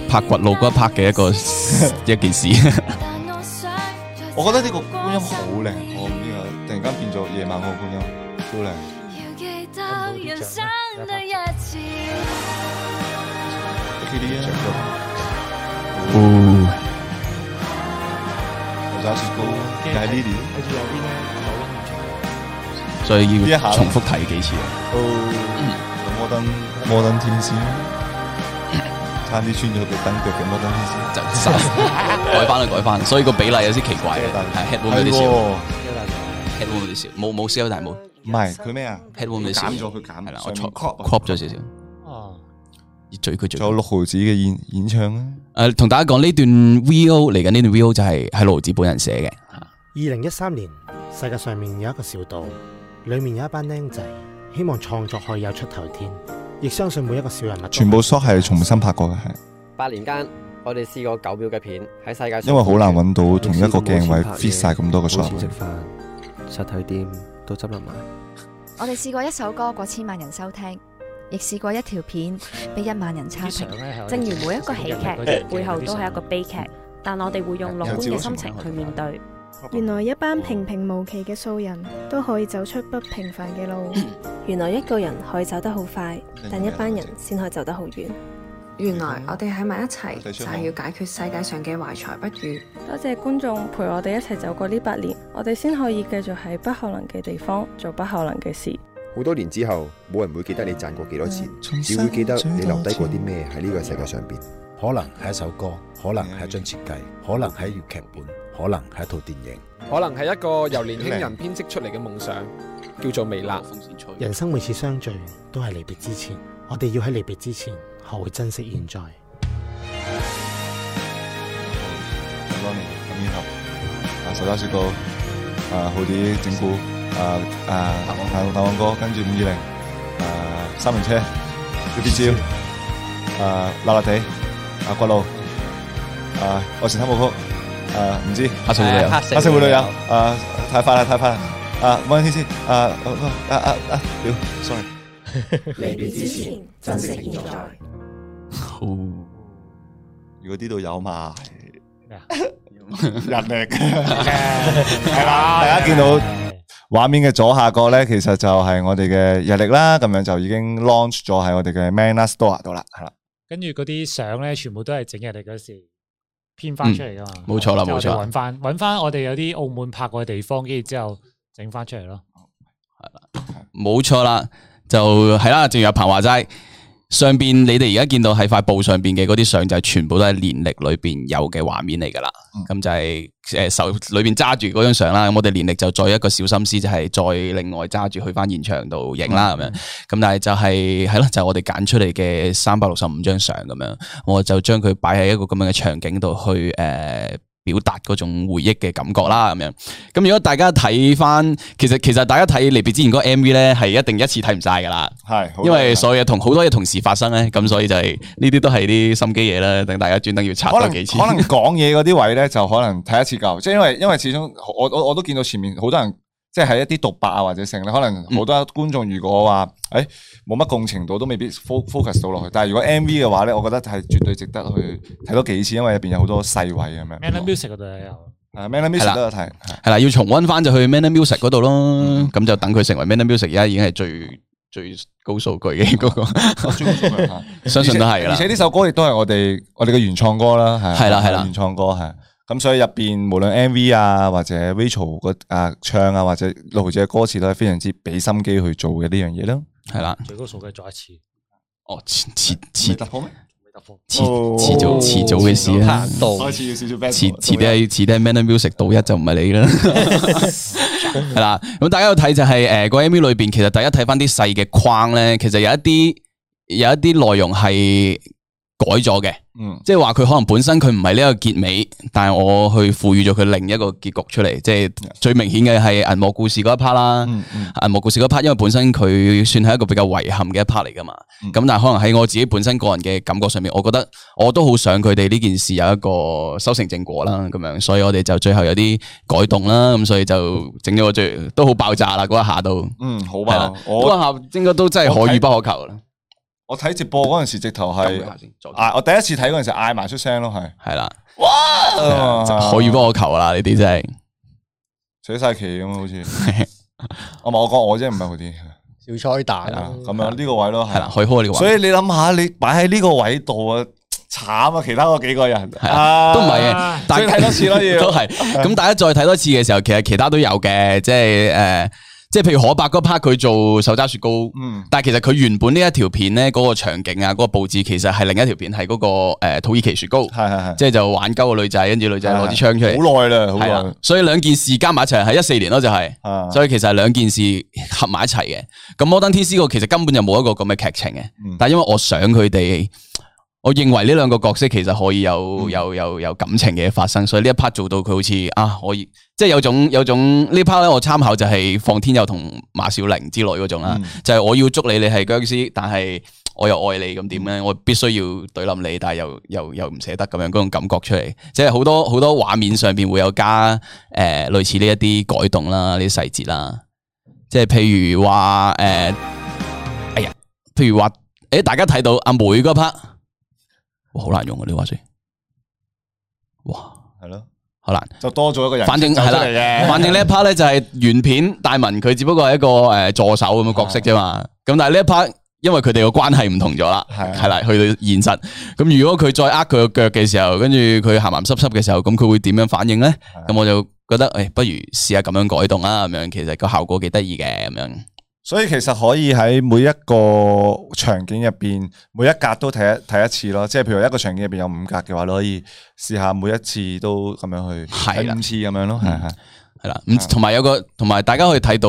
Speaker 3: 拍掘路嗰一 part 嘅
Speaker 1: [LAUGHS]
Speaker 3: 一個一件事，
Speaker 5: 但我想再
Speaker 1: 我覺得呢個觀音好靚，我唔知啊，突然間變咗夜晚嗰個觀音，超靚。
Speaker 5: 要記得人生得一次。
Speaker 1: K D 啊，
Speaker 3: 哦，
Speaker 1: 牛仔雪糕，又係 Lily，
Speaker 4: 好似有啲咧，
Speaker 3: 所以
Speaker 1: 呢一
Speaker 3: 要
Speaker 1: 下
Speaker 3: 重複睇幾次。啊
Speaker 1: 都摩登摩登天使，差啲穿咗佢登腳嘅摩登天使。
Speaker 3: 就 [LAUGHS] 改翻啦，改翻。所以個比例有啲奇怪嘅，係 head woman 有啲
Speaker 1: 係
Speaker 3: 少
Speaker 1: 喎
Speaker 3: ，head woman 有啲少，冇冇 C 但係冇
Speaker 1: 唔係佢咩啊？
Speaker 3: head woman 有啲少。
Speaker 1: 減咗佢減
Speaker 3: 係啦，
Speaker 1: 上
Speaker 3: 我
Speaker 1: 面
Speaker 3: crop
Speaker 1: crop 啊
Speaker 3: crop 咗少少，
Speaker 4: 哦，
Speaker 3: 而嘴佢嘴
Speaker 1: 仲。有六毫子嘅演演唱啊！
Speaker 3: 誒，同大家講呢段 VO 嚟緊呢段 VO 就係係盧子本人寫嘅。啊
Speaker 7: 二零一三年，世界上面有一個小島，裡面有一班僆仔，希望創作可以有出頭天，亦相信每一個小人物都
Speaker 1: 全部 shot 係重新拍過嘅，係
Speaker 8: 八年間，我哋試過九秒嘅片喺世界上，
Speaker 1: 因為好難揾到同一個鏡位 fit 晒咁多個
Speaker 9: 冇。
Speaker 1: shot
Speaker 9: 錢食飯，實體店都執笠埋。
Speaker 10: 我哋試過一首歌過千萬人收聽，亦試過一條片俾一萬人差
Speaker 4: 啲
Speaker 10: 評
Speaker 4: 相。咧係
Speaker 11: [LAUGHS] 正如每一個喜劇
Speaker 4: [LAUGHS]
Speaker 11: 背後都係一個悲劇，但我哋會用樂觀嘅心情去面對。
Speaker 5: 原來一班平平無奇嘅素人都可以走出不平凡嘅路。
Speaker 11: 原來一個人可以走得好快，
Speaker 1: 但一班人
Speaker 11: 先可以走得好遠。
Speaker 1: 原來我哋喺埋一齊就係要
Speaker 5: 解決世界上嘅懷才不遇。
Speaker 11: 多謝觀眾陪我哋一齊走過呢八年，我哋先可以繼續喺不可能嘅地方做不可能嘅事。
Speaker 9: 好多年之後，冇人會記得你賺過幾多錢，
Speaker 1: 重
Speaker 9: 只會記得你留低過啲咩喺呢個世界上邊。可能係一首歌，可能
Speaker 1: 係一張
Speaker 9: 設計，可能係一頁劇本，可能係一套電影。
Speaker 12: 可能係一個由年輕人編織出嚟嘅夢想，叫做微辣。
Speaker 7: 人生每次相聚都係離別之前，我哋要喺離別之前學會珍惜現在。
Speaker 1: 咁多年咁然後啊，手打雪糕啊，好啲整蠱啊啊，大王大王哥，跟住五二零啊，三輪車，BB 招啊，辣辣地啊，骨路啊，愛情三部曲啊，唔知。
Speaker 3: 黑社會
Speaker 1: 黑社會
Speaker 3: 都有
Speaker 2: 誒黑社
Speaker 1: 女友
Speaker 2: 會
Speaker 1: 啊，太快啦，太快啦！啊，冇人先啊啊啊啊！屌，sorry，
Speaker 11: 離別之前，珍惜現在。
Speaker 1: 如果呢度有埋
Speaker 4: 咩啊
Speaker 1: [LAUGHS]
Speaker 3: [LAUGHS]
Speaker 1: 人力
Speaker 4: [LAUGHS] 係啦，
Speaker 1: 大家見到畫面嘅左下角咧，其實就係我哋嘅日曆啦，咁樣就已經 launch 咗喺我哋嘅 Manner Store 度啦，係啦。
Speaker 4: 跟住嗰啲相咧，全部都係整日哋嗰時編翻出嚟噶嘛。
Speaker 3: 冇錯啦
Speaker 4: 即係我哋
Speaker 3: 冇錯
Speaker 4: 揾翻揾翻我哋有啲澳門拍過嘅地方，跟住之後整翻出嚟咯。
Speaker 3: 冇錯啦，就係啦，正如阿彭話齋，上邊你哋而家見到喺塊布上邊嘅嗰啲相就係全部都係年歷裏邊有嘅畫面嚟噶啦，咁、就係誒手裏邊揸住嗰張相啦，咁我哋年歷就再一個小心思，就係、再另外揸住去翻現場度影啦咁樣，咁但係就係係咯，就係我哋揀出嚟嘅三百六十五張相咁樣，我就將佢擺喺一個咁樣嘅場景度去誒。呃表達嗰種回憶嘅感覺啦，咁樣。咁如果大家睇翻，其實其實大家睇離別之前嗰個 MV 咧，係一定一次睇唔晒噶啦，
Speaker 1: 係，好
Speaker 3: 因為所有嘢同好多嘢同時發生咧，咁所以就係呢啲都係啲心機嘢啦，等大家專登要刷
Speaker 1: 可
Speaker 3: 多
Speaker 1: 能
Speaker 3: 幾次。
Speaker 1: 可能講嘢嗰啲位咧，就可能睇一次夠，即係因為因為始終我我我都見到前面好多人。即係一啲獨白啊，或者剩咧，可能
Speaker 3: 嗯
Speaker 1: 好多觀眾如果話，誒冇乜共情度，都未必 fo- focus 到落去。但係如果 MV 嘅話咧，我覺得係絕對值得去睇多幾次，因為入邊有好多細位咁
Speaker 3: 嗯
Speaker 1: 樣。
Speaker 4: Man Music 嗰度有，
Speaker 1: 啊 Man Music 都有睇，
Speaker 3: 係啦，要重温翻就去 Man Music 嗰度
Speaker 1: 嗯
Speaker 3: 咯，咁就等佢成為 Man Music 而家已經係最最高數據嘅嗰個。
Speaker 1: 我追蹤佢係
Speaker 3: 相信都係㗎啦
Speaker 1: 哦而且而且呢首歌亦都係我哋我哋嘅原創歌啦，係啊
Speaker 3: 係啦係啦
Speaker 1: 原創歌係。咁所以入邊無論 M V 啊，或者 Rachel 個啊唱啊，或者盧姐嘅歌詞都係非常之俾心機去做嘅呢樣嘢咯。
Speaker 3: 係啦，
Speaker 4: 最高數據再一次
Speaker 3: 哦，遲遲遲
Speaker 1: 破咩？
Speaker 4: 未突破。
Speaker 3: 遲遲
Speaker 1: 哦
Speaker 3: 早遲早嘅事啊啦。
Speaker 2: 拍到
Speaker 1: 開始要少少 b
Speaker 3: 遲遲啲係遲啲係 Man and Music 到一就唔係你啦，係啦。咁大家有睇就係誒個 MV 裏邊，其實大家睇翻啲細嘅框咧，其實有一啲有一啲內容係改咗嘅，
Speaker 1: 嗯
Speaker 3: 即係話佢可能本身佢唔係呢個結尾，但係我去賦予咗佢另一個結局出嚟，即係最明顯嘅係銀幕故事嗰一 part 啦。
Speaker 1: 嗯嗯
Speaker 3: 銀幕故事嗰 part，因為本身佢算係一個比較遺憾嘅一 part 嚟噶嘛。
Speaker 1: 嗯
Speaker 3: 咁、但係可能喺我自己本身個人嘅感覺上面，我覺得我都好想佢哋呢件事有一個修成正果啦，咁樣，所以我哋就最後有啲改動啦，咁所以就整咗個最都好爆炸啦嗰一下都，
Speaker 1: 嗯，好
Speaker 3: 係啦
Speaker 1: 吧，。我
Speaker 3: 嗰一下應該都真係可遇不可求啦。
Speaker 1: 我睇直播嗰陣時，直頭
Speaker 3: 撳
Speaker 1: 係啊
Speaker 3: 佢下先左
Speaker 1: 嗌我第一次睇嗰陣時嗌埋出聲咯，係
Speaker 3: 係啦，係
Speaker 1: 啊
Speaker 3: 啦就可遇不可求啦，呢啲真係。
Speaker 1: 寫晒旗咁啊好
Speaker 3: [LAUGHS]
Speaker 1: 似。我咪我講我啫，唔係好啲。
Speaker 2: 小彩蛋
Speaker 1: 係啦
Speaker 2: 啊，
Speaker 1: 咁樣呢個位咯，
Speaker 3: 嗯係啦，可以開呢個位
Speaker 1: 所。以你諗下，你擺喺呢個位度啊，慘啊！其他嗰幾個人
Speaker 3: 係
Speaker 1: 啊，
Speaker 3: 都唔係嘅，但 [LAUGHS]
Speaker 1: 所以睇多次啦要啊
Speaker 3: 都係。咁大家再睇多次嘅時候，其實其他都有嘅，即係誒。呃即係譬如可伯嗰 part 佢做手揸雪糕，
Speaker 1: 嗯
Speaker 3: 但係其實佢原本呢一條片咧嗰個場景啊，嗰、個佈置其實係另一條片，係嗰、個、呃、土耳其雪糕，即係就玩鳩個女仔，跟住女仔攞支槍出嚟，
Speaker 1: 好耐啊啦，好
Speaker 3: 係
Speaker 1: 耐
Speaker 3: 啦。所以兩件事加埋一齊係一四年咯，就係、所以其實係兩件事合埋一齊嘅。咁摩登天師個其實根本就冇一個咁嘅劇情嘅，但係因為我想佢哋，我認為呢兩個角色其實可以有、有有有感情嘅發生，所以呢一 part 做到佢好似啊，我以即係有種有種呢 part 咧，我參考就係放天佑同馬小玲之類嗰種啦，就係我要捉你，你係僵屍，但係。我又愛你咁點咧？我必須要懟冧你，但係又又又唔捨得咁樣嗰種感覺出嚟，即係好多好多畫面上邊會有加誒、呃、類似呢一啲改動啦，呢啲細節啦，即係譬如話誒、呃哎呀，譬如話誒、欸大家睇到阿妹嗰 part，哇好難用啊呢個畫書，
Speaker 1: 系咯，
Speaker 3: 好難。
Speaker 1: 就多咗一個人，
Speaker 3: 反正
Speaker 1: 走出
Speaker 3: 係
Speaker 1: 嚟嘅
Speaker 3: 啦，反正呢一 part 咧就係原片大文佢只不過係一個诶助手咁嘅角色啫嘛。
Speaker 1: 啊
Speaker 3: 咁但係呢一 part 因為佢哋個關係唔同咗啦，係啦，去到現實。咁如果佢再呃佢個腳嘅時候，跟住佢鹹鹹濕濕嘅時候，咁佢會點樣反應咧？
Speaker 1: 啊
Speaker 3: 咁我就覺得诶，哎不如試下咁樣改動啦，咁樣其實個效果幾得意嘅咁樣。
Speaker 1: 所以其實可以喺每一個場景入边，每一格都睇一睇一次咯。即係譬如一個場景入边有五格嘅話，你可以試下每一次都咁樣去睇五次咁樣咯。係
Speaker 3: 嗯
Speaker 1: 系
Speaker 3: 系啦，咁同埋有個，同埋大家可以睇到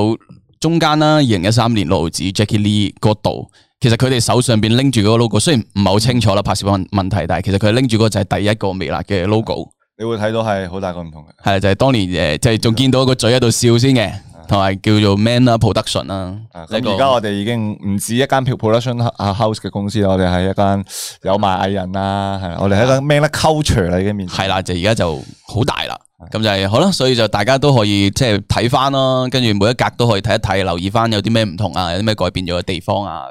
Speaker 3: 中間啦，二零一三年六毫子 Jackie Lee 嗰度，其實佢哋手上邊拎住嗰個 logo，雖然唔係好清楚啦，拍攝問問題，但係其實佢拎住嗰個就係第一個微辣嘅 logo，
Speaker 1: 你會睇到係好大個唔同嘅。
Speaker 3: 係就係當年诶，就係仲見到個嘴喺度笑先嘅，同埋叫做 Man 啦 Production 啦，呢
Speaker 1: 嗯啊咁
Speaker 3: 個
Speaker 1: 而家我哋已經唔止一間 production 啊 house 嘅公司啦，我哋係一間有賣藝人啦，係啦我哋係一間 man 啦 culture 嚟嘅面。
Speaker 3: 啊係啦，就而家就好大啦。
Speaker 1: 啊
Speaker 3: 咁就係好啦，所以就大家都可以即係睇翻咯，跟住每一格都可以睇一睇，留意翻有啲咩唔同啊，有啲咩改變咗嘅地方啊，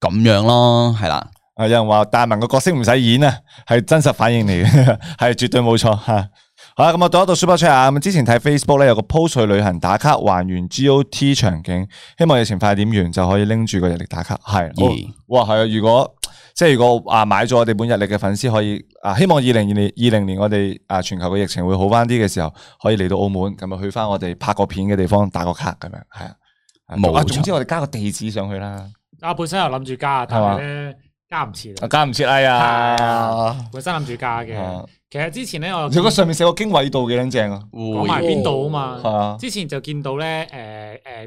Speaker 3: 咁樣咯，係啦。
Speaker 1: 啊，有人話大文個角色唔使演啊，係真實反應嚟嘅， [LAUGHS] 係絕對冇錯吓。好啦，咁我讀一讀 super chat 啊。咁之前睇 Facebook 咧有個 post 去旅行打卡還原 GOT 場景，希望疫情快點完就可以拎住個日曆打卡。係，
Speaker 3: 咦
Speaker 1: 哇，係啊！如果即係如果啊買咗我哋本日曆嘅粉絲可以啊，希望二零二零二零年我哋啊全球嘅疫情會好翻啲嘅時候，可以嚟到澳門咁啊去翻我哋拍過片嘅地方打個卡咁樣，係啊。
Speaker 3: 冇
Speaker 1: 啊，
Speaker 3: 錯
Speaker 1: 總之我哋加個地址上去啦。
Speaker 4: 啊，本身又諗住加，但係咧加唔
Speaker 3: 啊
Speaker 4: 切啦。
Speaker 1: 加唔切哎呀！
Speaker 4: 本身諗住加
Speaker 1: 啊
Speaker 4: 嘅，其實之前咧我
Speaker 1: 如果上面寫個經緯度幾撚正啊！
Speaker 4: 講埋邊度啊
Speaker 1: 係
Speaker 4: 嘛
Speaker 1: 啊，
Speaker 4: 之前就見到咧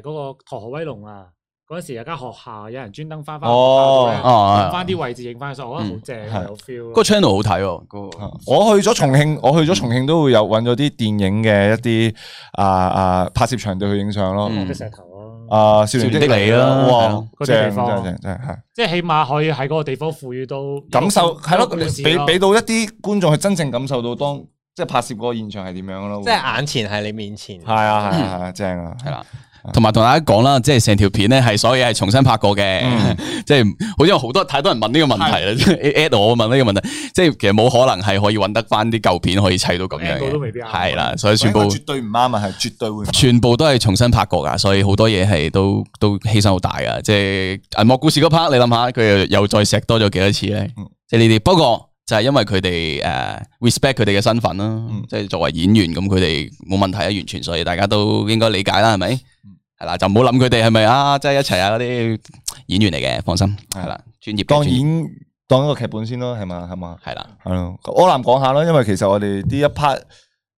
Speaker 4: 誒誒嗰個陀河威龍啊，嗰陣時有間學校有人專登翻翻學校度咧
Speaker 1: 哦哦
Speaker 4: 揾翻啲位置影翻相，我覺得好正啊，
Speaker 1: 嗯
Speaker 4: 有 feel 咯。
Speaker 1: 個嗯
Speaker 3: channel 好睇喎，嗰個
Speaker 1: 啊我去咗重慶，我去咗重慶都會有揾咗啲電影嘅一啲啊啊拍攝場地去影相咯。
Speaker 4: 嗯石頭咯
Speaker 1: 啊，少年
Speaker 3: 少年的
Speaker 1: 你
Speaker 3: 你啦係
Speaker 1: 哇
Speaker 3: 咯，
Speaker 4: 嗰啲地
Speaker 1: 正
Speaker 4: 方
Speaker 1: 正正正係
Speaker 4: 即係起碼可以喺嗰個地方賦予到
Speaker 1: 感受係咯，
Speaker 4: 有個故事啊
Speaker 1: 俾俾到一啲觀眾去真正感受到當即係拍攝嗰個現場係點樣咯。
Speaker 2: 即係眼前係你面前，
Speaker 1: 係啊係啊係啊，正啊！
Speaker 3: 啊嗯係啦。同埋同大家講啦，即係成條片咧係所有嘢係重新拍過嘅，
Speaker 1: 嗯
Speaker 3: [LAUGHS] 即係好似有好多太多人問呢個問題啦，at 我問呢個問題，即係其實冇可能係可以揾得翻啲舊片可以砌到咁樣
Speaker 1: at 我都未必
Speaker 3: 嘅，
Speaker 1: 啱啊
Speaker 3: 係啦，所以全部
Speaker 1: 應該絕對唔啱啊，係絕對會唔啱。
Speaker 3: 全部都係重新拍過噶，所以好多嘢係都都犧牲好大噶，即係銀幕故事嗰 part，你諗下佢又又再錫多咗幾多次咧，
Speaker 1: 嗯
Speaker 3: 即係呢啲。不過就係因為佢哋誒 respect 佢哋嘅身份啦，
Speaker 1: 嗯
Speaker 3: 即係作為演員咁，佢哋冇問題啊，完全，所以大家都應該理解啦，係咪？
Speaker 1: 嗯
Speaker 3: 係啦，就唔好諗佢哋係咪啊，即係一齊啊嗰啲演員嚟嘅，放心，係啦，專業嘅
Speaker 1: 當
Speaker 3: 專業
Speaker 1: 然當一個劇本先咯，係嘛係嘛。
Speaker 3: 係啦。
Speaker 1: 系咯，柯南講下啦，因為其實我哋呢一 part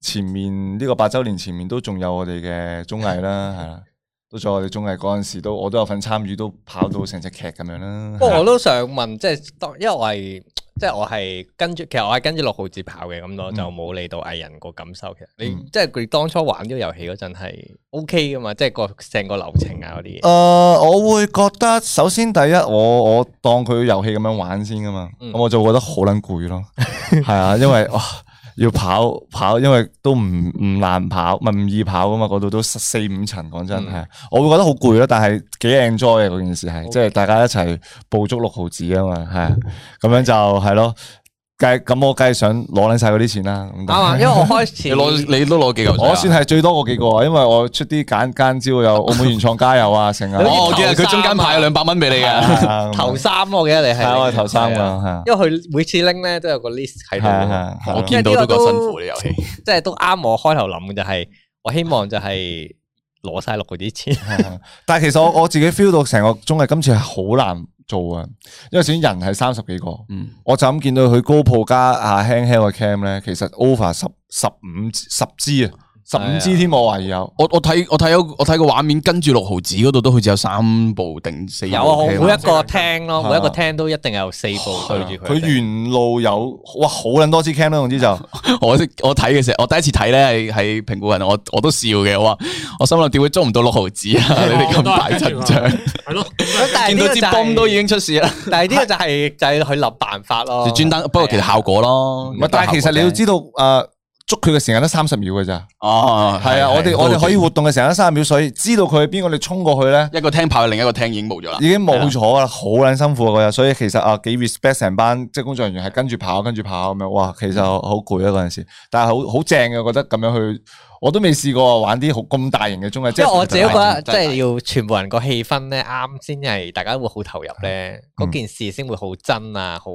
Speaker 1: 前面呢個八周年前面都仲有我哋嘅綜藝啦，係啦，都仲有我哋綜藝嗰阵时都我都有份參與，都跑到成隻劇咁樣啦。
Speaker 2: 不
Speaker 1: [LAUGHS]
Speaker 2: 過我都想問，即係當因為我係即係我係跟住，其實我係跟住六號字跑嘅，咁我就冇理到藝人個感受。其實你、即係佢當初玩呢個遊戲嗰陣係 O K 噶嘛，即係個成個流程啊嗰啲嘢。
Speaker 1: 诶、呃我會覺得首先第一，我我当佢遊戲咁樣玩先噶嘛，
Speaker 2: 嗯
Speaker 1: 咁、我就覺得好撚攰
Speaker 2: [LAUGHS]
Speaker 1: 咯，係啊，因為哇要跑跑，因為都唔唔难跑，唔係唔易跑噶嘛，嗰度都四四五層，講
Speaker 2: 嗯
Speaker 1: 真係，啊我會覺得好攰咯，但係幾 enjoy 嘅嗰件事係，即係大家一齊捕捉六毫子啊嘛，係啊，咁樣就係咯，梗係咁我梗係想攞撚晒嗰啲錢啦，咁
Speaker 2: 啱
Speaker 1: 但 [LAUGHS]
Speaker 2: 啊，因為我開始
Speaker 3: 你攞你都攞幾嚿水啊？
Speaker 1: 我算係最多嗰幾個啊，因為我出啲簡間招有澳門原創加油啊，
Speaker 2: [LAUGHS]
Speaker 1: 成啊。啊
Speaker 3: 哦我記得佢中間派兩百蚊俾你嘅，
Speaker 2: [LAUGHS] 頭三我記得你係
Speaker 1: 係我係頭三㗎係啊
Speaker 2: 因為佢每次拎咧都有個 list 喺度
Speaker 1: 係啊係
Speaker 2: 㗎，
Speaker 1: 啊我
Speaker 3: 見到都覺得辛苦
Speaker 2: 呢
Speaker 3: 呢遊戲，
Speaker 2: 即係都啱我開頭諗嘅就係，我希望就係攞攞晒落嗰啲錢。
Speaker 1: 但系其實我我自己 feel 到成個綜藝今次係好難做啊，因為首先人係三十幾個，
Speaker 3: 嗯
Speaker 1: 我就咁見到佢高鋪加啊輕輕個 cam 咧，其實 over 十十五十支啊，十五支添我懷疑有。
Speaker 3: 我我睇我睇有我睇個畫面，跟住六毫子嗰度都好似有三部定四部
Speaker 2: 有啊，每
Speaker 3: cam
Speaker 2: 一個廳咯，
Speaker 1: 係啊
Speaker 2: 每一個廳都一定有四部對住
Speaker 1: 佢
Speaker 2: 佢哋。
Speaker 1: 沿路有哇好撚多支 cam 啦，總 [LAUGHS] 之就
Speaker 3: 我識我睇嘅時候，我第一次睇咧係係評估人，我我都笑嘅，我話我心諗點會捉唔到六
Speaker 1: [LAUGHS]
Speaker 3: 毫子啊？你哋咁大陣仗，
Speaker 2: 但係
Speaker 3: 見
Speaker 2: 呢
Speaker 3: 到
Speaker 2: 個
Speaker 3: 支
Speaker 2: 就係
Speaker 3: 泵都已經出事啦。
Speaker 2: [LAUGHS] 但係呢個就係就係佢立辦法咯
Speaker 3: 就。專登，不過其實效果咯。
Speaker 1: 哦唔係啊但係其實你要知道诶，捉佢嘅時間得三十秒嘅咋。
Speaker 3: 哦，
Speaker 1: 係啊，我哋我哋可以活動嘅時間得三十秒，所以知道佢係邊個，你衝過去咧。
Speaker 3: 一個廳跑去另一個廳已經冇咗啦，
Speaker 1: 已經冇咗啦，好撚辛苦啊嗰日，所以其實啊幾 respect 成班即係工作人員係跟住跑跟住跑咁樣，哇，其實
Speaker 2: 嗯
Speaker 1: 好攰啊嗰陣時，但係好好正嘅，覺得咁樣去，我都未試過玩啲好咁大型嘅綜藝，即
Speaker 2: 因為
Speaker 1: 係
Speaker 2: 我自己覺得，即係要全部人個氣氛咧啱先係大家會好投入咧，嗰件事先會好真啊，好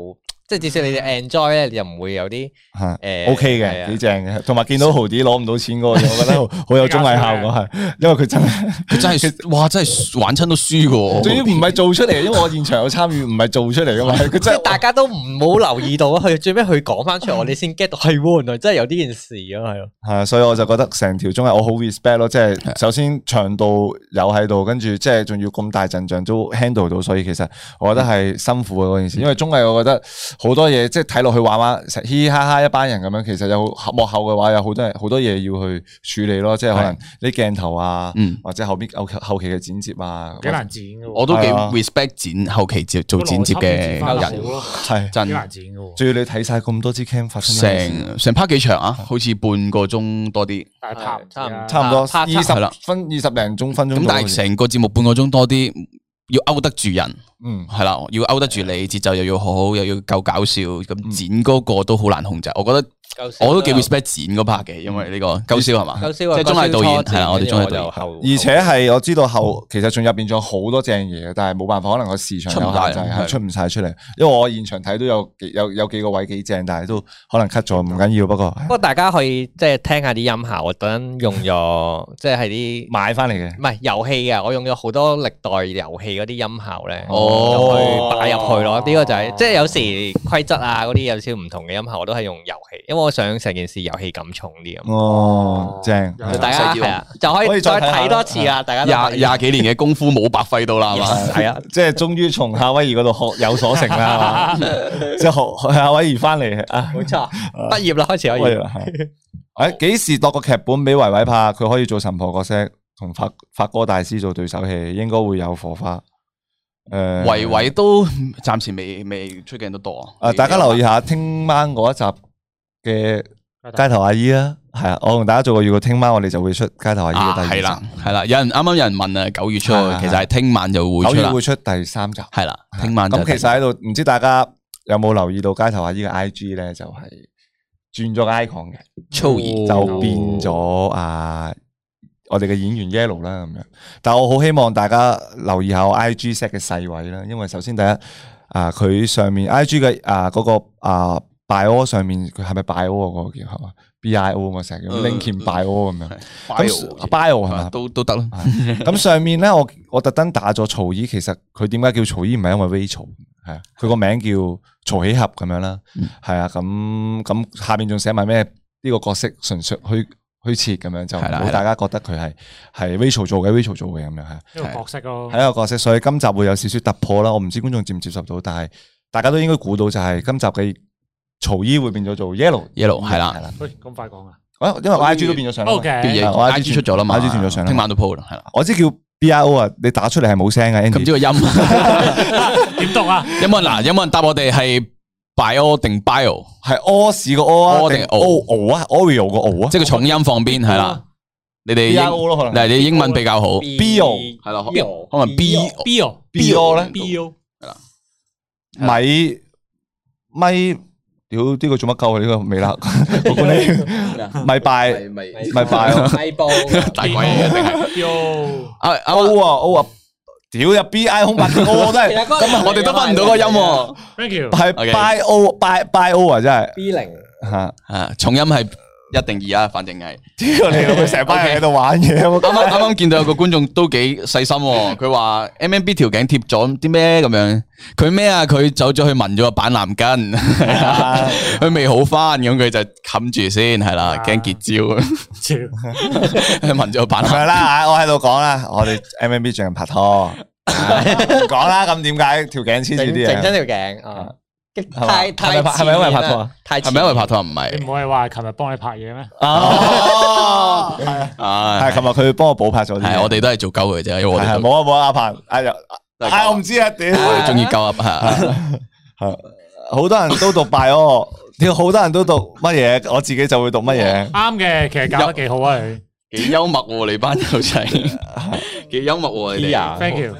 Speaker 2: 即係至少你哋 enjoy 咧，你就唔會有啲
Speaker 1: 係
Speaker 2: 誒
Speaker 1: OK
Speaker 2: 係
Speaker 1: 嘅，
Speaker 2: 啊
Speaker 1: 幾正嘅，同埋見到豪啲攞唔到錢嗰個，我覺得好
Speaker 2: [LAUGHS]
Speaker 1: 好有綜藝效果
Speaker 2: 啊
Speaker 1: 係，因為佢真係
Speaker 3: 佢真係哇，真係玩親都輸嘅
Speaker 1: 仲要
Speaker 3: 喎。
Speaker 1: 唔係做出嚟，因為我現場有參與，唔係做出嚟噶嘛，佢
Speaker 2: 即
Speaker 1: 真
Speaker 2: 係 [LAUGHS]
Speaker 1: 係
Speaker 2: 大家都唔好留意到，啊佢 [LAUGHS] 最尾佢講翻出嚟，我哋先 get 到係喎，原來真係有呢件事啊，係咯。
Speaker 1: 係啊，所以我就覺得成條綜藝我好 respect 咯，即係首先長度有喺度，跟住即係仲要咁大陣仗都 handle 到，所以其實我覺得係辛苦嘅啊嗰件嗯事，因為綜藝我覺得好多嘢即係睇落去玩玩，嘻嘻哈哈一班人咁樣，其實有幕後嘅話有好多人好多嘢要去處理咯，即係可能啲鏡頭啊，或者後邊後後期嘅剪接啊，
Speaker 4: 幾難剪嘅喎
Speaker 3: 我都幾
Speaker 1: 係啊
Speaker 3: respect 剪後期接做剪接嘅
Speaker 4: 個邏輯剪接
Speaker 3: 人，
Speaker 4: 返好咯
Speaker 1: 係
Speaker 3: 真
Speaker 4: 幾難剪嘅喎
Speaker 1: 仲要你睇晒咁多支 cam 發生咩事
Speaker 3: 成成 part 幾長啊？
Speaker 1: 哦
Speaker 3: 好似半個鐘多啲。
Speaker 4: 但係拍唔啊差唔
Speaker 1: 差唔多二
Speaker 3: 差係啦
Speaker 1: 十分二十零鐘分鐘
Speaker 3: 咁
Speaker 1: 到
Speaker 3: 但
Speaker 1: 好
Speaker 3: 係
Speaker 1: 似
Speaker 3: 成個節目半個鐘多啲，要勾得住人，
Speaker 1: 嗯
Speaker 3: 係啦，要勾得住
Speaker 1: 啊
Speaker 3: 你，節奏又要好好，又要夠搞笑，
Speaker 1: 嗯
Speaker 3: 咁剪嗰個都好難控制。我覺得
Speaker 2: 夠笑
Speaker 3: 我都幾
Speaker 2: 都有
Speaker 3: respect 剪嗰 part 嘅，因為呢
Speaker 1: 嗯
Speaker 3: 個夠笑係嘛，
Speaker 2: 夠
Speaker 3: 即
Speaker 2: 笑啊
Speaker 3: 係綜藝導
Speaker 2: 夠
Speaker 3: 演
Speaker 2: 笑初
Speaker 3: 係啦，我哋
Speaker 2: 剪
Speaker 3: 綜藝
Speaker 2: 跟住我就
Speaker 3: 導
Speaker 2: 後
Speaker 1: 而且係我知道後，其實仲入邊仲有好多正嘢嘅，但係冇辦法，可能個市場
Speaker 3: 出唔
Speaker 1: 有
Speaker 3: 大
Speaker 1: 限制，
Speaker 3: 係
Speaker 1: 係出唔晒出嚟。因為我現場睇都有幾有有幾個位幾正，但係都可能 cut 咗，唔緊要。不過
Speaker 2: 不過大家可以即係聽下啲音效，我等陣用咗即係啲
Speaker 1: 買翻嚟嘅，
Speaker 2: 唔係遊戲啊，我用咗好多歷代遊戲嗰啲音效咧，
Speaker 3: 哦
Speaker 2: 就去擺入去咯。呢個就係即係有時規則啊嗰啲有少少唔同嘅音效，我都係用遊戲，因為我想成件事遊戲感重啲咁。
Speaker 1: 哦，正，
Speaker 2: 就大家係啊，就可
Speaker 1: 可
Speaker 2: 以
Speaker 1: 以再
Speaker 2: 再
Speaker 1: 睇下
Speaker 2: 睇多次啊！大家都可
Speaker 3: 演，
Speaker 2: 以
Speaker 3: 廿廿幾年嘅功夫冇白費
Speaker 1: [LAUGHS]
Speaker 3: 到啦，係嘛？
Speaker 1: 係啊，即係終於從夏威夷嗰度 [LAUGHS] 學有所成啦，係嘛即係學夏 [LAUGHS] 威夷翻嚟啊！
Speaker 2: 冇錯，畢業啦開始可
Speaker 1: 畢業
Speaker 2: 以
Speaker 1: 啦。誒幾時度個劇本俾維維拍？佢可以做神婆角色，同發發哥大師做對手戲，應該會有火花。誒，
Speaker 3: 維維都暫時未未出鏡得多
Speaker 1: 啊！大家留意下聽晚嗰一集嘅街頭阿姨啊，係啊，我同大家做個預告，聽晚我哋就會出街頭阿姨嘅第
Speaker 3: 啊，
Speaker 1: 二集，
Speaker 3: 係啦係啦，有人啱啱有人問啊，九月出，其
Speaker 1: 係係
Speaker 3: 實係聽晚就會
Speaker 1: 九
Speaker 3: 出
Speaker 1: 月
Speaker 3: 啦
Speaker 1: 會，出第三集。
Speaker 3: 係啦，聽晚就
Speaker 1: 咁
Speaker 3: 第
Speaker 1: 其實喺度，唔知大家有冇留意到街頭阿姨嘅 I G 咧，就係轉咗 icon 嘅，
Speaker 3: 粗兒
Speaker 1: 就變咗啊！我哋嘅演員 yellow 啦咁樣，但我好希望大家留意下我 I G set 嘅細位啦，因為首先第一啊，佢上面 I G 嘅啊嗰個啊 bio 上面佢係咪 bio 啊嗰個叫係嘛 B I O 我成日
Speaker 3: 嗯
Speaker 1: linkin bio 咁樣咁啊
Speaker 3: bio
Speaker 1: bio 係嘛？
Speaker 3: 啊都都得啦。
Speaker 1: 咁上面咧，我我特登打咗曹姨，其實佢點解叫曹姨唔係因為 Rachel，係啊，佢個名叫曹喜合咁樣啦，係啊，咁咁下面仲寫埋咩呢個角色純粹虛虛設咁樣就唔
Speaker 3: 係啦係
Speaker 1: 好
Speaker 3: 啦
Speaker 1: 大家覺得佢係係 Rachel 做嘅 Rachel 做嘅咁樣係。啊
Speaker 4: 一個角色咯。
Speaker 3: 啊
Speaker 1: 係一個角色，所以今集會有少少突破啦。我唔知觀眾接唔接受到，但係大家都應該估到就係今集嘅曹姨會變咗做 Yellow
Speaker 3: Yellow，係啦
Speaker 1: 係啦。
Speaker 4: 喂，咁快講啊！
Speaker 1: 啊因為我 I G 都變咗上啦嘛
Speaker 4: OK
Speaker 3: 變嘢
Speaker 1: 係啊我
Speaker 3: I G 出咗啦嘛
Speaker 1: ，I G 轉咗上啦嘛，
Speaker 3: 聽晚都 po 啦，係啦。
Speaker 1: 我知叫 B R O 啊，你打出嚟係冇聲嘅
Speaker 3: 咁
Speaker 1: Andy
Speaker 3: 知。個音 [LAUGHS]
Speaker 4: 點讀啊？
Speaker 3: 有冇人嗱？有冇人答我哋係 bio 定 bio？
Speaker 1: 系屙屎個屙啊，
Speaker 3: 屙定
Speaker 1: 定
Speaker 3: O？
Speaker 1: O O 啊，Oreo 個 O 啊，
Speaker 3: 即係個重音放邊係
Speaker 1: 哦
Speaker 3: 啦。你哋
Speaker 1: BRO 咯可能
Speaker 3: 英，嗱你英文比較好
Speaker 1: Bio
Speaker 3: 係啦，
Speaker 2: Bio
Speaker 3: 可能啊 B
Speaker 4: Bio
Speaker 1: Bio 咧
Speaker 4: Bio
Speaker 1: 米咪屌呢個做乜鳩啊？呢個
Speaker 3: [LAUGHS]
Speaker 1: 微辣個管理咪拜
Speaker 3: 咪
Speaker 1: 咪拜啊
Speaker 2: 咪
Speaker 1: [LAUGHS]
Speaker 3: [LAUGHS]
Speaker 2: 報
Speaker 3: 大鬼嚟嘅定係
Speaker 4: Bio
Speaker 3: 啊啊！
Speaker 1: O 啊 O 啊，屌入 B I 空白
Speaker 3: [LAUGHS]
Speaker 1: 嘅 O 真係
Speaker 3: 咁啊我哋都分唔到個音喎。
Speaker 4: Thank you。
Speaker 1: 係
Speaker 3: OK [LAUGHS]
Speaker 1: by O by by O 啊，真係
Speaker 2: B 零
Speaker 1: 吓
Speaker 3: 啊，重音係一定二啊，反正係。
Speaker 1: 屌你老母成班人喺度玩嘢
Speaker 3: 啱啱啱啱見到有個觀眾都幾細心喎，佢話 M M B 條頸貼咗啲咩咁樣？佢咩啊？佢走咗去聞咗個板藍根，
Speaker 1: [LAUGHS]
Speaker 3: 佢未好翻，咁佢就冚住先，係啦，驚結
Speaker 4: 焦。
Speaker 3: [LAUGHS] 聞咗個板藍
Speaker 1: 係
Speaker 3: 根
Speaker 1: 啦，我喺度講啦，我哋 M M B 最近拍
Speaker 3: [LAUGHS]
Speaker 1: 拖，講啦，咁點解條頸黐住啲
Speaker 2: 整
Speaker 1: 嘢？
Speaker 2: 親條頸啊！
Speaker 1: 嘛
Speaker 2: 太
Speaker 1: 係咪
Speaker 2: 太
Speaker 1: 拍係咪因為拍拖啊
Speaker 2: 太
Speaker 3: 係咪因為拍拖唔係？
Speaker 4: 你唔係話琴日幫你拍嘢咩？
Speaker 1: 哦，係啊
Speaker 3: 啊，
Speaker 1: 係琴日佢幫我補拍咗啲嘢
Speaker 3: 係我哋都係做鳩佢啫，因為我
Speaker 1: 係
Speaker 3: 哋
Speaker 1: 係
Speaker 3: 都
Speaker 1: 冇啊冇啊，阿鵬，哎呀，哎我唔知啊，屌，
Speaker 3: 我哋中意鳩噏係
Speaker 1: 係好多人都讀 bio，屌好多人都讀乜嘢，我自己就會讀乜嘢。
Speaker 4: 啱嘅，其實搞得幾好啊佢。
Speaker 3: 幾幽默喎，你班友仔幾幽默喎，你哋
Speaker 4: Thank you。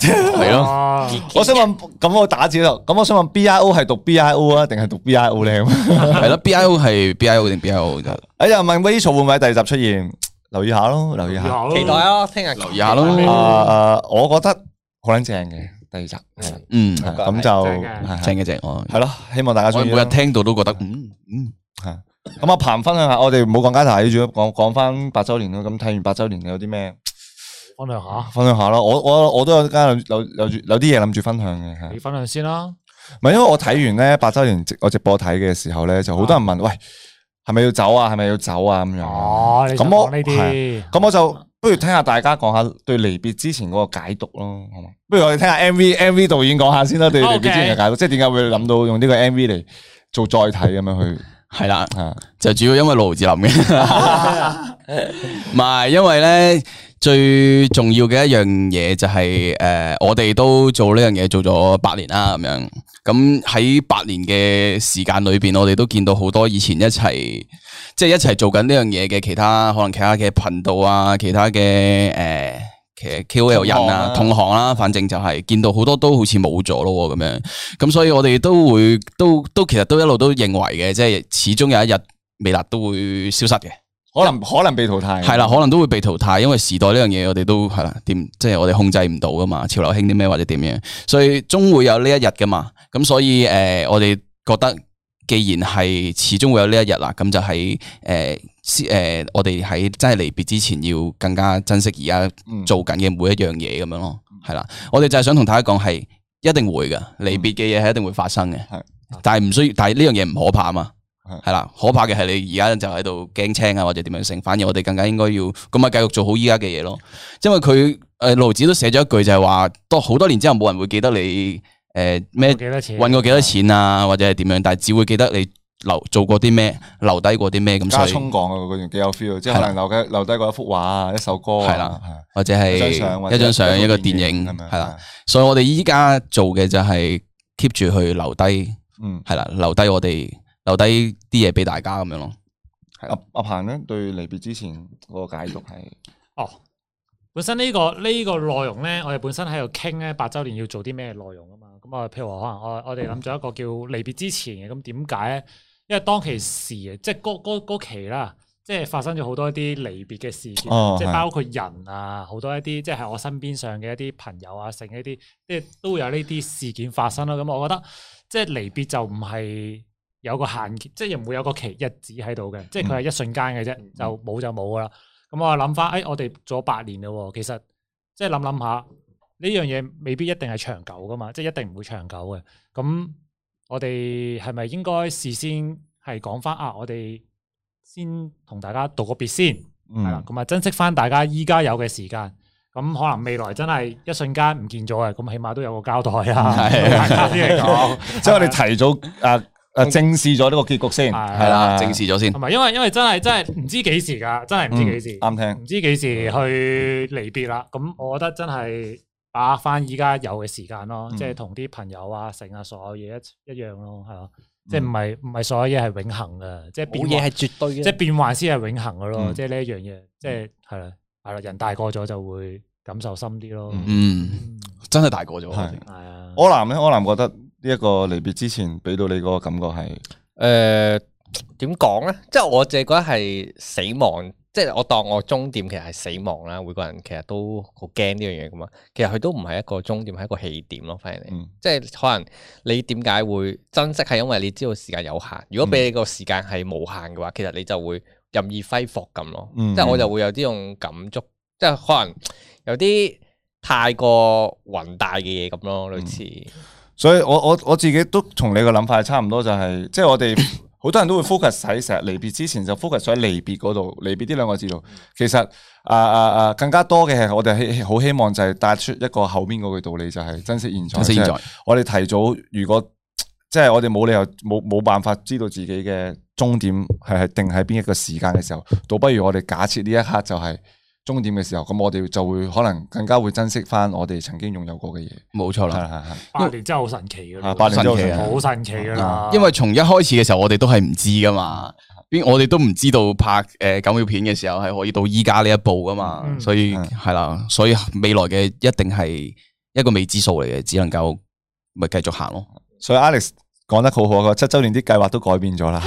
Speaker 3: 係咯。
Speaker 4: 哦，
Speaker 1: 我想問，咁我打字咯，咁我想問 B I O 係讀 B I O 啊，定係讀 B I O 咧？
Speaker 3: 係咯，B I O 係 B I O 定 B I O 就
Speaker 1: 哎呀，問 Rachel 會唔會喺第二集出現？留意下咯，留意下。
Speaker 2: 期待啊！聽日
Speaker 3: 留意下咯
Speaker 1: 啊啊，我覺得好撚正嘅第二集，
Speaker 3: 嗯
Speaker 1: 係咁就
Speaker 4: 正嘅
Speaker 1: 係
Speaker 3: 正嘅正我。
Speaker 1: 係咯，希望大家
Speaker 3: 我
Speaker 1: 中意
Speaker 3: 每
Speaker 1: 啦。
Speaker 3: 日聽到都覺得嗯嗯
Speaker 1: 咁啊，彭分享下，我哋唔好講街頭藝術，講講翻八周年咯。咁睇完八周年有啲咩
Speaker 4: 分享下，
Speaker 1: 分享下咯？我我我都有間有有住有啲嘢諗住分享嘅，係
Speaker 4: 你分享先啦。
Speaker 1: 唔係因為我睇完咧八周年直我直播睇嘅時候咧，就好多人問
Speaker 4: 啊
Speaker 1: 喂係咪要走啊？係咪要走啊？咁樣。
Speaker 4: 哦，你想
Speaker 1: 咁我
Speaker 4: 講呢
Speaker 1: 係
Speaker 4: 啲，
Speaker 1: 咁我就不如聽下大家講下對離別之前嗰個解讀咯，好嘛？不如我哋聽下 M V M V 導演講下先啦，對離別之前嘅解讀，即係點解會諗到用呢個 M V 嚟做載體咁樣去
Speaker 3: 係啦，
Speaker 1: 啊？
Speaker 3: 就主要因為盧志林嘅，唔係因為咧最重要嘅一樣嘢就係、呃我哋都做呢樣嘢做咗八年啦咁樣，咁喺八年嘅時間裏邊，我哋都見到好多以前一齊即係一齊做緊呢樣嘢嘅其他可能其他嘅頻道啊，其他嘅誒。呃其實 KOL 人啊，
Speaker 1: 同行啊
Speaker 3: 同行啦、反正就係見到好多都好似冇咗咯喎咁樣，咁所以我哋都會都都其實都一路都認為嘅，即係始終有一日微辣都會消失嘅，
Speaker 1: 可能可能被淘汰，
Speaker 3: 係啦，可能都會被淘汰，因為時代呢樣嘢我哋都係啦，點即係我哋控制唔到噶嘛，潮流興啲咩或者點樣，所以終會有呢一日噶嘛，咁所以誒、呃我哋覺得既然係始終會有呢一日啦，咁就喺誒先誒我哋喺真係離別之前要更加珍惜而家
Speaker 1: 嗯
Speaker 3: 做緊嘅每一樣嘢咁樣咯，係啦，我哋就係想同大家講係一定會噶，離別嘅嘢係一定會發生嘅
Speaker 1: 嗯係，
Speaker 3: 但係唔需要，但係呢樣嘢唔可怕啊嘛。
Speaker 1: 係
Speaker 3: 係啦，可怕嘅係你而家就喺度驚青啊，或者點樣成，反而我哋更加應該要咁啊，繼續做好依家嘅嘢咯。因為佢誒盧子都寫咗一句就係話，多好多年之後冇人會記得你誒咩
Speaker 4: 我幾多錢？
Speaker 3: 搵過幾多錢啊，或者係點樣，但係只會記得你留做過啲咩，留低過啲咩咁，
Speaker 1: 加
Speaker 3: 所以
Speaker 1: 衝講啊，嗰段幾有 feel，即係
Speaker 3: 係
Speaker 1: 可
Speaker 3: 啦
Speaker 1: 能留低留低過一幅畫啊，一首歌啊
Speaker 3: 係啦或者
Speaker 1: 係一張相或
Speaker 3: 係
Speaker 1: 者
Speaker 3: 一張相一個電影
Speaker 1: 咁樣
Speaker 3: 係啦，，所以我哋依家做嘅就係 keep 住去留低，
Speaker 1: 嗯，
Speaker 3: 係啦，留低我哋留低啲嘢俾大家咁樣咯。
Speaker 1: 阿阿鵬咧對離別之前嗰個解讀係
Speaker 4: 哦，本身呢、個呢、個內容咧，我哋本身喺度傾咧八周年要做啲咩內容啊嘛。咁啊，譬如話可能我我哋諗咗一個叫離別之前嘅，咁點解咧？因為當其時啊即係嗰嗰嗰期啦，即係發生咗好多一啲離別嘅事件，
Speaker 1: 哦
Speaker 4: 即
Speaker 1: 係
Speaker 4: 係包括人啊，好多一啲即係喺我身邊上嘅一啲朋友啊，成一啲即係都會有呢啲事件發生啦。咁我覺得即係離別就唔係。有個限期，即係唔會有個期日子喺度嘅，即係佢
Speaker 1: 嗯
Speaker 4: 係一瞬間嘅啫，就冇就冇噶啦。咁我諗翻，誒、我哋做咗八年咯喎，其實即係諗諗下，呢樣嘢未必一定係長久噶嘛，即係一定唔會長久嘅。咁我哋係咪應該事先係講翻啊？我哋先同大家道個別先，
Speaker 1: 嗯
Speaker 4: 係啦、咁啊珍惜翻大家依家有嘅時間。咁可能未來真係一瞬間唔見咗嘅，咁起碼都有個交代啊！[LAUGHS]
Speaker 1: 嗯
Speaker 3: 係
Speaker 4: 大家啲嚟講，
Speaker 1: [LAUGHS] 即係我哋提早啊啊正視咗呢個結局先，
Speaker 4: 係
Speaker 3: 係啦，
Speaker 1: 啊
Speaker 3: 正視咗先
Speaker 4: 同。埋因為因為真係真係唔知幾時㗎，真係唔知幾時。
Speaker 1: 啱聽，
Speaker 4: 唔知幾時去離別啦。咁我覺得真係把握翻依家有嘅時間咯，
Speaker 1: 嗯
Speaker 4: 即係同啲朋友啊、成啊所有嘢一一樣咯，係咯。即係唔係唔係所有嘢係永恆嘅，即係
Speaker 2: 冇
Speaker 4: 變
Speaker 2: 嘢係
Speaker 4: 幻，
Speaker 2: 絕對嘅，
Speaker 4: 即係變幻先係永恆嘅咯。
Speaker 1: 嗯
Speaker 4: 即係呢一樣嘢，即係係啦，係啦。人大個咗就會感受深啲咯。
Speaker 1: 嗯
Speaker 3: 嗯，
Speaker 4: 嗯，
Speaker 3: 真係大個咗。
Speaker 1: 係
Speaker 4: 係啊。
Speaker 1: 柯南咧，柯南覺得呢一個離別之前俾到你嗰個感覺係
Speaker 2: 诶，点讲咧？即系我自己觉得系死亡，即即係我當我終點其實係死亡啦，每個人其實都好驚呢樣嘢噶嘛。其實佢都唔係一個終點，係一個起點咯。反而你，即係可能你點解會珍惜，係因為你知道時間有限。如果
Speaker 1: 嗯
Speaker 2: 俾你個時間係無限嘅話，其實你就會任意揮霍咁咯。
Speaker 1: 嗯
Speaker 2: 即係我就會有呢種感觸，即係可能有啲太過宏大嘅嘢咁咯，
Speaker 1: 嗯
Speaker 2: 類似。
Speaker 1: 所以我我我自己都同你個諗法係差唔多，就係即係我
Speaker 3: [LAUGHS]
Speaker 1: 哋好多人都會 focus 喺成日離別之前就 focus 喺離別嗰度，離別呢兩個字度，
Speaker 3: 嗯
Speaker 1: 其實啊啊啊更加多嘅係我哋希好希望就係帶出一個後面嗰句道理，就係珍惜現在。
Speaker 3: 珍惜現在
Speaker 1: 即係我哋提早如果即係我哋冇理由冇冇辦法知道自己嘅終點係係定喺邊一個時間嘅時候，倒不如我哋假設呢一刻就係終點嘅時候，咁我哋就會可能更加會珍惜翻我哋曾經擁有過嘅嘢。
Speaker 3: 冇錯啦
Speaker 1: 係係係。
Speaker 4: 八年真係好神奇噶
Speaker 1: 啊
Speaker 4: 啦，
Speaker 1: 八年真係好神奇
Speaker 4: 好神奇噶啦。
Speaker 3: 因為從一開始嘅時候，我哋都係唔知噶嘛，邊我哋都唔知道拍诶九秒片嘅時候係可以到依家呢一步噶嘛，
Speaker 4: 嗯
Speaker 3: 所以係啦，所以未來嘅一定係一個未知數嚟嘅，只能夠咪繼續行咯。
Speaker 1: 所以 Alex 講得好啊好，佢話七周年啲計劃都改變 [LAUGHS] 咗啦，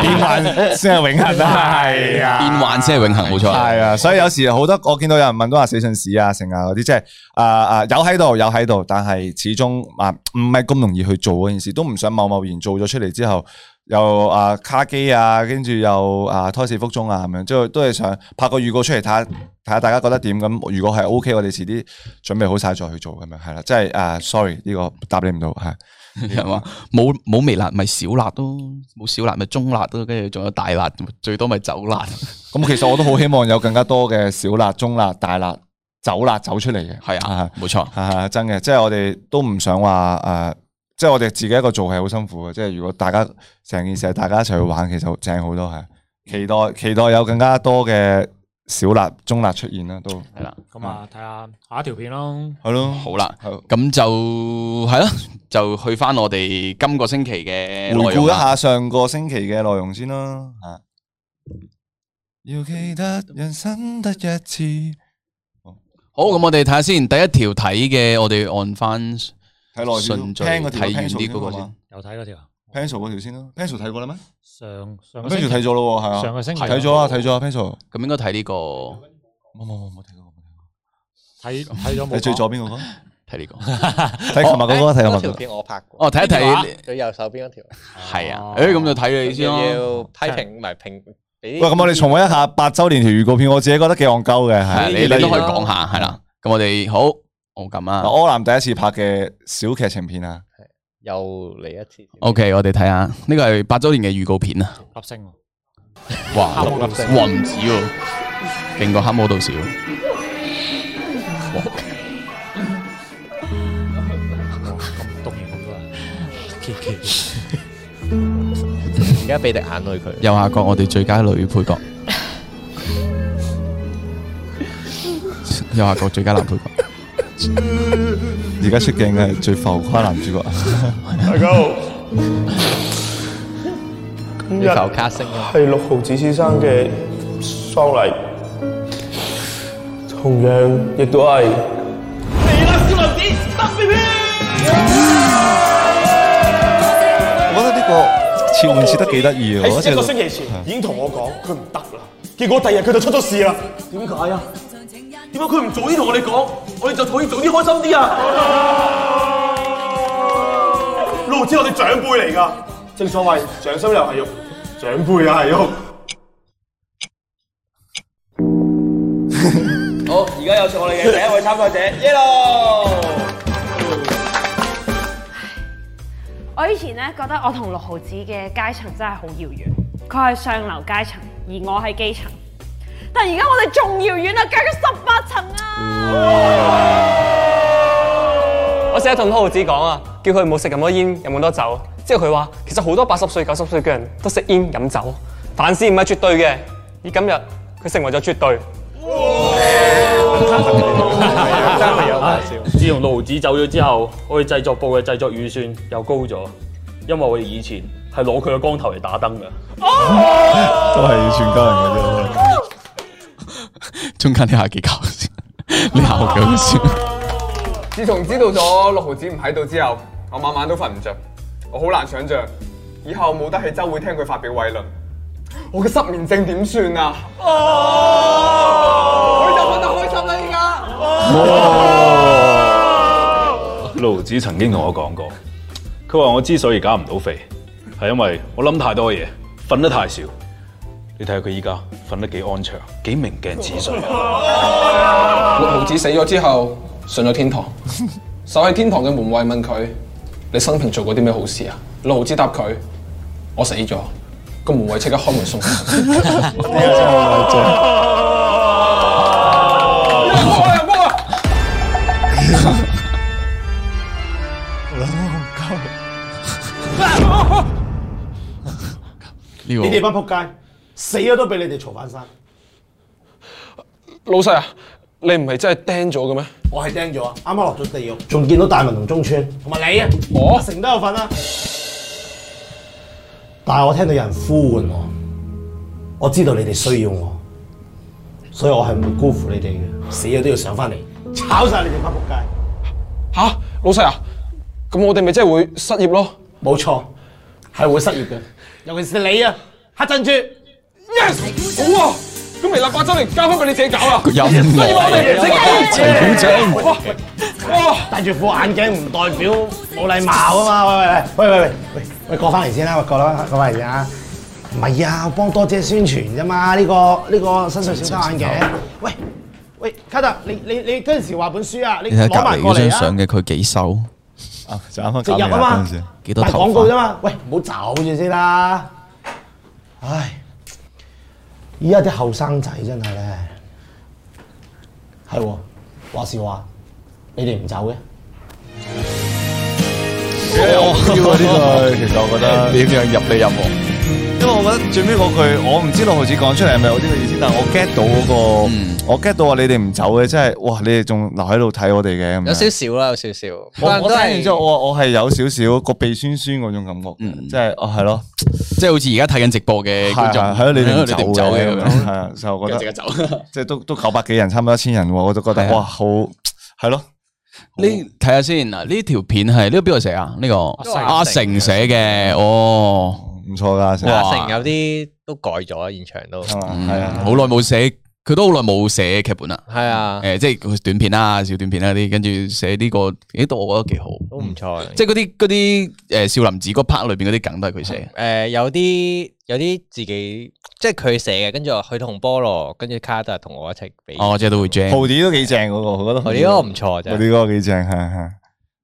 Speaker 1: 變幻先係永恆啊，係啊，
Speaker 3: 變幻先係永恆，冇錯。
Speaker 1: 係啊，所以有時好多我見到有人問到話死信史啊、成啊嗰啲，即係啊啊有喺度有喺度，但係始終啊唔係咁容易去做嗰件事，都唔想貿貿然做咗出嚟之後。又啊卡機啊，跟住又啊胎死腹中啊咁樣，即係都係想拍個預告出嚟睇下睇下大家覺得點咁。如果係 O K，我哋遲啲準備好晒再去做咁樣，係啦。即係啊，sorry 呢個答你唔到係。
Speaker 3: [LAUGHS] 係嘛？冇冇微辣咪小辣咯，冇小辣咪中辣咯，跟住仲有大辣，最多咪走辣。
Speaker 1: 咁其實我都好希望有更加多嘅小辣、中辣、大辣、走辣走出嚟嘅。
Speaker 3: 係啊，冇錯。
Speaker 1: 係係真嘅，即係我哋都唔想話诶、呃即係我哋自己一個做係好辛苦嘅。即係如果大家成件事係大家一齊去玩，其實正好多係。期待期待有更加多嘅小辣、中辣出現啦，都系
Speaker 3: 啦。
Speaker 4: 咁啊，睇下下一條片咯。
Speaker 1: 系咯，
Speaker 3: 好啦，咁就係咯，就去翻我哋今個星期嘅
Speaker 1: 回
Speaker 3: 內
Speaker 1: 顧
Speaker 3: 容啊
Speaker 1: 一
Speaker 3: 啦。
Speaker 1: 下上個星期嘅內容先啦。啊吓，要記得人生得一次。
Speaker 3: 好，咁我哋睇下先，第一條睇嘅，我哋按翻
Speaker 1: 睇耐少少
Speaker 3: 順序
Speaker 1: 聽嗰條
Speaker 3: 睇完啲
Speaker 1: Pencil
Speaker 3: 嗰個
Speaker 1: 先好
Speaker 3: 先
Speaker 1: 嘛。
Speaker 4: 有睇嗰條啊
Speaker 1: Pencil 嗰條先啦，Pencil 睇過啦咩？
Speaker 4: 上上個星期
Speaker 1: Pencil 睇咗咯喎，係啊，
Speaker 4: 上個星期
Speaker 1: 睇咗啊，睇咗啊，Pencil
Speaker 3: 咁應該睇呢個，
Speaker 1: 冇冇冇冇睇過，
Speaker 4: 睇睇咗冇講？
Speaker 1: 睇最左邊嗰個，
Speaker 3: 睇呢個，
Speaker 1: 睇琴日嗰個，睇琴日嗰
Speaker 2: 嗰條
Speaker 1: 個
Speaker 2: 片我拍過。啊
Speaker 3: 哦睇一睇
Speaker 2: 佢右手邊嗰條。
Speaker 3: 係啊，誒咁就睇你先咯。
Speaker 2: 要批評唔係評。喂
Speaker 1: 喂，咁我哋重温一下八周年條預告片，我自己覺得幾戇鳩嘅，
Speaker 3: 係
Speaker 1: 係
Speaker 3: 你你都可以講下，係啦。咁我哋好，我咁啊。
Speaker 1: 柯南第一次拍嘅小劇情片啊，
Speaker 2: 又嚟一次。
Speaker 1: 哦
Speaker 3: OK，我哋睇下呢個係八周年嘅預告片啊。
Speaker 4: 粒星喎，
Speaker 3: 哇，
Speaker 4: 黑魔道士
Speaker 3: 哇唔止喎，勁過黑魔道士喎。
Speaker 4: 咁讀完咁多啊，奇奇
Speaker 2: 而家俾滴眼淚佢。
Speaker 3: 右下角我哋最佳女配角， [LAUGHS] 右下角最佳男配角。
Speaker 1: 而家出鏡嘅係最浮誇男主角，
Speaker 13: 大家好，今日
Speaker 2: 你求卡星啊
Speaker 13: 係六毫子先生嘅喪禮，同樣亦都係
Speaker 1: 我覺得呢個切換切得幾得意啊，我
Speaker 13: 喺
Speaker 1: 覺
Speaker 13: 一個
Speaker 1: 得
Speaker 13: 星期前已經同我講佢唔得啦，結果第二日佢就出咗事啦。點解啊？點解佢唔早啲同我哋講，我哋就可以早啲開心啲啊？ [LAUGHS] 六毫子我哋長輩嚟㗎，正所謂掌心又係肉，長輩又係肉。
Speaker 14: 好，而家有請我哋嘅第一位參賽者 Yellow。
Speaker 15: 我以前咧覺得我同六毫子嘅階層真係好遙遠，佢係上流階層，而我係基層。但而家我哋仲遙遠啊，隔咗十八層啊
Speaker 14: 我成日同六毫子講啊，叫佢唔好食咁多煙，飲咁多酒。之後佢話，其實好多八十歲、九十歲嘅人都食煙飲酒，凡事唔係絕對嘅。而今日佢成為咗絕對。
Speaker 16: 啊真係 [LAUGHS] 有大笑。自從六毫子走咗之後，我哋製作部嘅製作預算又高咗，因為我哋以前係攞佢嘅光頭嚟打燈嘅。
Speaker 1: 都係全家人嘅啫。
Speaker 3: 中間呢下幾搞 [LAUGHS] 笑，呢下我幾好笑。
Speaker 17: 自從知道咗六毫子唔喺度之後，我晚晚都瞓唔着。我好難想像以後冇得喺周會聽佢發表偉論，我嘅失眠症點算啊？
Speaker 18: 盧子曾經同我講過，佢話我之所以減唔到肥，係因為我諗太多嘢，瞓得太少。你睇下佢依家瞓得幾安詳，幾明鏡止水啊！
Speaker 17: 六毫子死咗之後，上咗天堂。守喺天堂嘅門衞問佢：你生平做過啲咩好事啊？六毫子答佢：我死咗。個門衞即刻開 [LAUGHS] 門送佢。
Speaker 3: 呢
Speaker 7: 你哋班仆街，死咗都俾你哋嘈翻生。
Speaker 17: 老細啊，你唔係真係釘咗嘅咩？
Speaker 7: 我係釘咗啊，啱啱落咗地獄，仲見到大文同中村，同埋你啊，我成都有份啊。但係我聽到有人呼喚我，我知道你哋需要我，所以我係唔會辜負你哋嘅，死咗都要上翻嚟，炒晒你哋班仆街。
Speaker 17: 吓、老細啊，咁我哋咪即係會失業咯？
Speaker 7: 冇錯，係會失業嘅，尤其是你啊，黑珍珠。
Speaker 17: Yes，好啊，咁微辣八周年交翻俾你自己搞啦。
Speaker 3: 有
Speaker 17: 失業啊我哋
Speaker 7: 陳
Speaker 17: 自己
Speaker 7: 古
Speaker 17: 哇哇，
Speaker 7: 戴住副眼鏡唔代表冇禮貌啊嘛！喂喂喂喂喂喂喂，過翻嚟先啦，喂過啦，過翻嚟先啊！唔係啊，我幫多姐宣傳啫嘛，呢、個呢、個新水小偷眼鏡。喂喂，卡特，你你你嗰陣時話本書啊，你
Speaker 3: 你睇下
Speaker 7: 攞
Speaker 3: 隔
Speaker 7: 埋
Speaker 3: 離
Speaker 7: 過
Speaker 3: 嗰張
Speaker 7: 嚟啊！
Speaker 3: 相嘅佢幾瘦，
Speaker 1: 啊，就啱啱
Speaker 7: 直入啊嘛，
Speaker 3: 幾多
Speaker 7: 賣
Speaker 3: 頭
Speaker 7: 廣告啫
Speaker 3: 髮？
Speaker 7: 嘛，喂，唔好走住先啦！唉，依家啲後生仔真係咧，係喎，話是話，你哋唔走嘅。
Speaker 1: 呢個其實我覺得
Speaker 3: 點樣入你入我？
Speaker 1: 因為我覺得最尾嗰句，我唔知六毫子講出嚟係咪有呢個意思，但係我 get 到嗰、個，我 get 到話你哋唔走嘅，真係哇！你哋仲留喺度睇我哋嘅咁樣
Speaker 2: 有少少啦，有少少。可
Speaker 1: 我
Speaker 2: 能
Speaker 1: 我
Speaker 2: 都
Speaker 1: 聽
Speaker 2: 係
Speaker 1: 完之後，我我係有少少個鼻酸酸嗰種感覺，即係哦係咯，
Speaker 3: 即係好似而家睇緊直播嘅
Speaker 1: 係啊
Speaker 3: 觀眾，
Speaker 1: 係係咯，你哋唔
Speaker 3: 唔
Speaker 1: 走嘅咁
Speaker 3: 嘅咁
Speaker 1: 樣，係
Speaker 3: 樣，
Speaker 1: 啊，所以我覺
Speaker 3: 即
Speaker 1: 得
Speaker 3: 刻走。
Speaker 1: 即係都都九百幾人，差唔多一千人喎，我就覺
Speaker 3: 係
Speaker 1: 得
Speaker 3: 啊
Speaker 1: 哇好係咯，
Speaker 3: 呢睇下先嗱，呢條片係呢個邊個寫啊？呢個
Speaker 2: 成
Speaker 3: 阿成寫嘅，哦，
Speaker 1: 唔錯噶，阿成
Speaker 2: 阿成有啲都改咗，現場都
Speaker 1: 係啊，
Speaker 3: 嗯好耐冇寫，佢都好耐冇寫劇本啦。
Speaker 2: 係啊，
Speaker 3: 誒，即係短片啦、小短片啦啲，跟住寫呢個，咦，都我覺得幾好，
Speaker 1: 嗯
Speaker 2: 都唔錯。
Speaker 3: 即係嗰啲嗰啲誒少林寺嗰 part 裏邊嗰啲梗都係佢寫
Speaker 2: 誒有啲有啲自己即係佢寫嘅，跟住佢同菠蘿，跟住卡特同我一齊俾
Speaker 1: 嗯
Speaker 3: 嘅，。哦，即係都會 jam。
Speaker 1: 豪啲都幾正嗰個，我覺得
Speaker 2: 豪啲嗰個唔錯真係
Speaker 1: 豪啲嗰個幾正，係係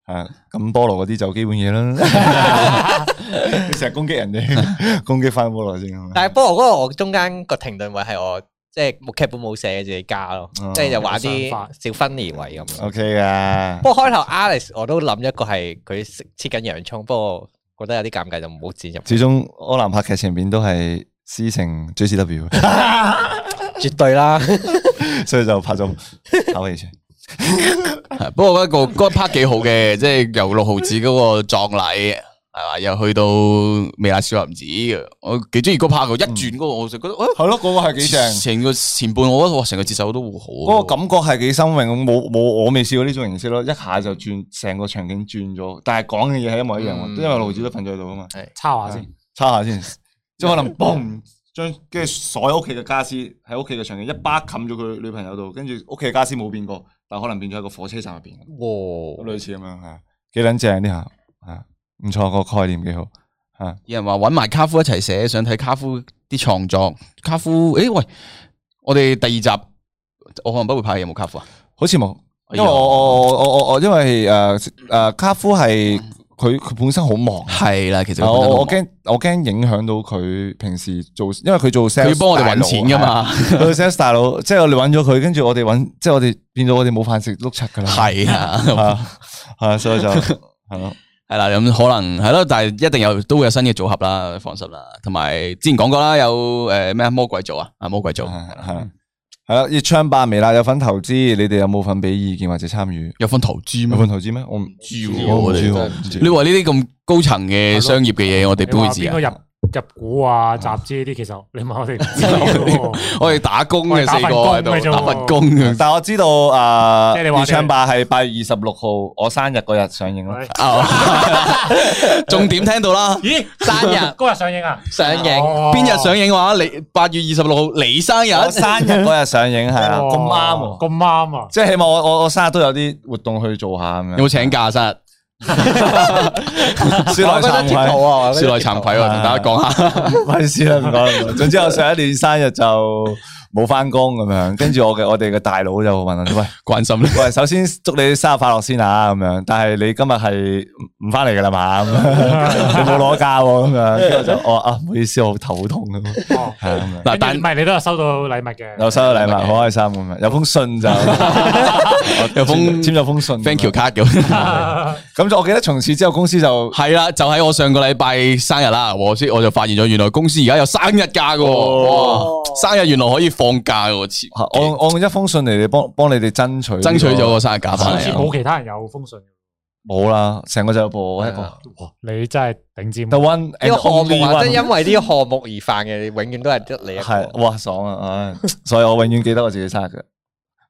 Speaker 1: 係咁菠蘿嗰啲就基本嘢啦， [LAUGHS] 你成日攻擊人哋， [LAUGHS] 攻擊翻菠蘿先咁樣。
Speaker 2: [LAUGHS] 但係菠蘿嗰個我中間個停頓位係我即係冇劇本冇寫嘅自己加咯
Speaker 1: 哦，
Speaker 2: 即係就玩啲
Speaker 1: 有想法
Speaker 2: 小分離位咁。
Speaker 1: O K 噶，
Speaker 2: 不過開頭 Alex 我都諗一個係佢食切緊洋葱，不過覺得有啲尷尬就唔好剪入。
Speaker 1: 始終柯南拍劇情片都係師承 J C [LAUGHS] W，
Speaker 2: 絕對啦，
Speaker 1: 所以就拍咗跑戲出。
Speaker 3: 係不過我覺得個嗰 part 幾好嘅，即係由六毫子嗰個葬禮係嘛，又去到未辣少林寺，我幾中意嗰 part 嘅一轉嗰個，我就覺得係
Speaker 1: 咯，嗰個係幾正
Speaker 3: 成個前半我覺得哇，成個節奏都好好。
Speaker 1: 嗰個感覺係幾新穎，冇冇我未試過呢種形式咯，一下就轉成個場景轉咗，但係講嘅嘢係一模一樣喎，
Speaker 2: 嗯
Speaker 1: 因為盧子都瞓咗喺度啊嘛。
Speaker 4: 抄下先，
Speaker 1: 抄下
Speaker 3: [LAUGHS]
Speaker 1: 先，即係可能嘣將跟住所有屋企嘅家私喺屋企嘅場景一巴冚咗佢女朋友度，跟住屋企嘅家私冇變過，但可能變咗喺個火車站入邊。
Speaker 2: 哇！
Speaker 1: 類似咁樣係幾撚正呢下啊，唔錯個概念幾好啊。
Speaker 3: 有人話揾埋卡夫一齊寫，想睇卡夫啲創作。卡夫，誒喂，我哋第二集我可能不會拍有冇卡夫啊？
Speaker 1: 好似冇，
Speaker 3: 哎
Speaker 1: 因為我我我我我我因為誒誒卡夫係佢佢本身好忙，
Speaker 3: 係啦，其實佢本
Speaker 1: 我
Speaker 3: 身好
Speaker 1: 我
Speaker 3: 忙
Speaker 1: 驚我驚影響到佢平時做，因為佢做 sales，
Speaker 3: 佢要幫我哋搵錢㗎嘛
Speaker 1: 大佬 [LAUGHS] 係佢 sales 大佬，即係我哋搵咗佢，跟住我哋搵，即係我哋變咗我哋冇飯食碌柒噶啦，
Speaker 3: 係啊
Speaker 1: 係啊，係
Speaker 4: [LAUGHS]
Speaker 1: 啊，所以就係咯。
Speaker 3: [LAUGHS] 係啦，咁可能係咯，但係一定有都會有新嘅組合啦，放心啦。同埋之前講過啦，有誒咩啊魔鬼組啊，啊魔鬼組
Speaker 1: 係啦。係啦，熱唱百味啦，有份投資，你哋有冇份俾意見或者參與？
Speaker 3: 有份投資
Speaker 1: 咩？有份投資咩？我唔知
Speaker 3: 喎
Speaker 1: 我唔知
Speaker 3: 我
Speaker 1: 喎
Speaker 3: 嗯哋。你話呢啲咁高層嘅商業嘅嘢，我哋邊會知
Speaker 4: 邊個
Speaker 3: 啊？
Speaker 4: 入入股啊、集資呢啲，其實你問我哋唔知喎
Speaker 3: 我哋打工嘅四個喺度
Speaker 4: 我哋打
Speaker 3: 打
Speaker 4: 份
Speaker 3: 份工 [LAUGHS] 嘅，
Speaker 1: 但我知道啊，
Speaker 4: 即係你話
Speaker 1: 粵唱霸係八月二十六號我生日嗰日上映咯。
Speaker 3: 啊 [LAUGHS] 重點聽到啦。
Speaker 4: 咦，
Speaker 2: 生日
Speaker 4: [LAUGHS] 嗰日上映啊？
Speaker 2: 上映
Speaker 3: 邊日上映話？你八月二十六號你哦生日，
Speaker 1: 我生日嗰日上映係啊，
Speaker 4: 哦
Speaker 1: 咁啱喎，
Speaker 4: 咁啱啊！
Speaker 1: 即係起碼我我我生日都有啲活動去做下咁樣。
Speaker 3: 有冇請 [LAUGHS] 假生日？
Speaker 1: [LAUGHS] 說來慚愧啊！[LAUGHS]
Speaker 3: 說來慚愧喎同大家講 [LAUGHS] 下
Speaker 1: 唔好意思啦，唔講啦。總之我上一年生日就冇翻工咁樣，跟住我嘅我哋嘅大佬就問我：喂，
Speaker 3: 關 [LAUGHS] 心你。
Speaker 1: 喂，首先祝你生日快樂先啊！咁樣，但係你今日係唔翻嚟噶啦嘛？咁樣你冇攞假喎咁樣，跟住我就我話啊，唔好意思，我好頭痛咁樣。係啊咁樣。
Speaker 4: 嗱，但唔係你都有收到禮物嘅，
Speaker 1: 有收到禮物，好開心咁樣，有封信就有
Speaker 3: [LAUGHS]
Speaker 1: 封簽咗封信，thank
Speaker 3: you 卡咁。 [LAUGHS]
Speaker 1: 咁就我記得從此之後公司就
Speaker 3: 係啦，就喺我上個禮拜生日啦，我先我就發現咗，原來公司而家有生日假嘅喎，哇生日原來可以放假嘅喎，黐
Speaker 1: 啊我我用一封信嚟你幫幫你哋爭取
Speaker 3: 爭取咗個生日假
Speaker 4: 好
Speaker 3: 翻
Speaker 4: 似
Speaker 3: 嚟
Speaker 4: 冇
Speaker 3: 啊。
Speaker 4: 其他人有封信。
Speaker 1: 冇啦，成個就有部我一個。
Speaker 4: 你真係頂尖。
Speaker 1: The one
Speaker 2: [LAUGHS] 呢
Speaker 1: and
Speaker 2: 個項目
Speaker 1: only
Speaker 2: 或
Speaker 1: one
Speaker 2: 者因為呢個項目而犯嘅，永遠都係得你一個。
Speaker 1: 係哇爽啊！唉，所以我永遠記得我自己生日嘅，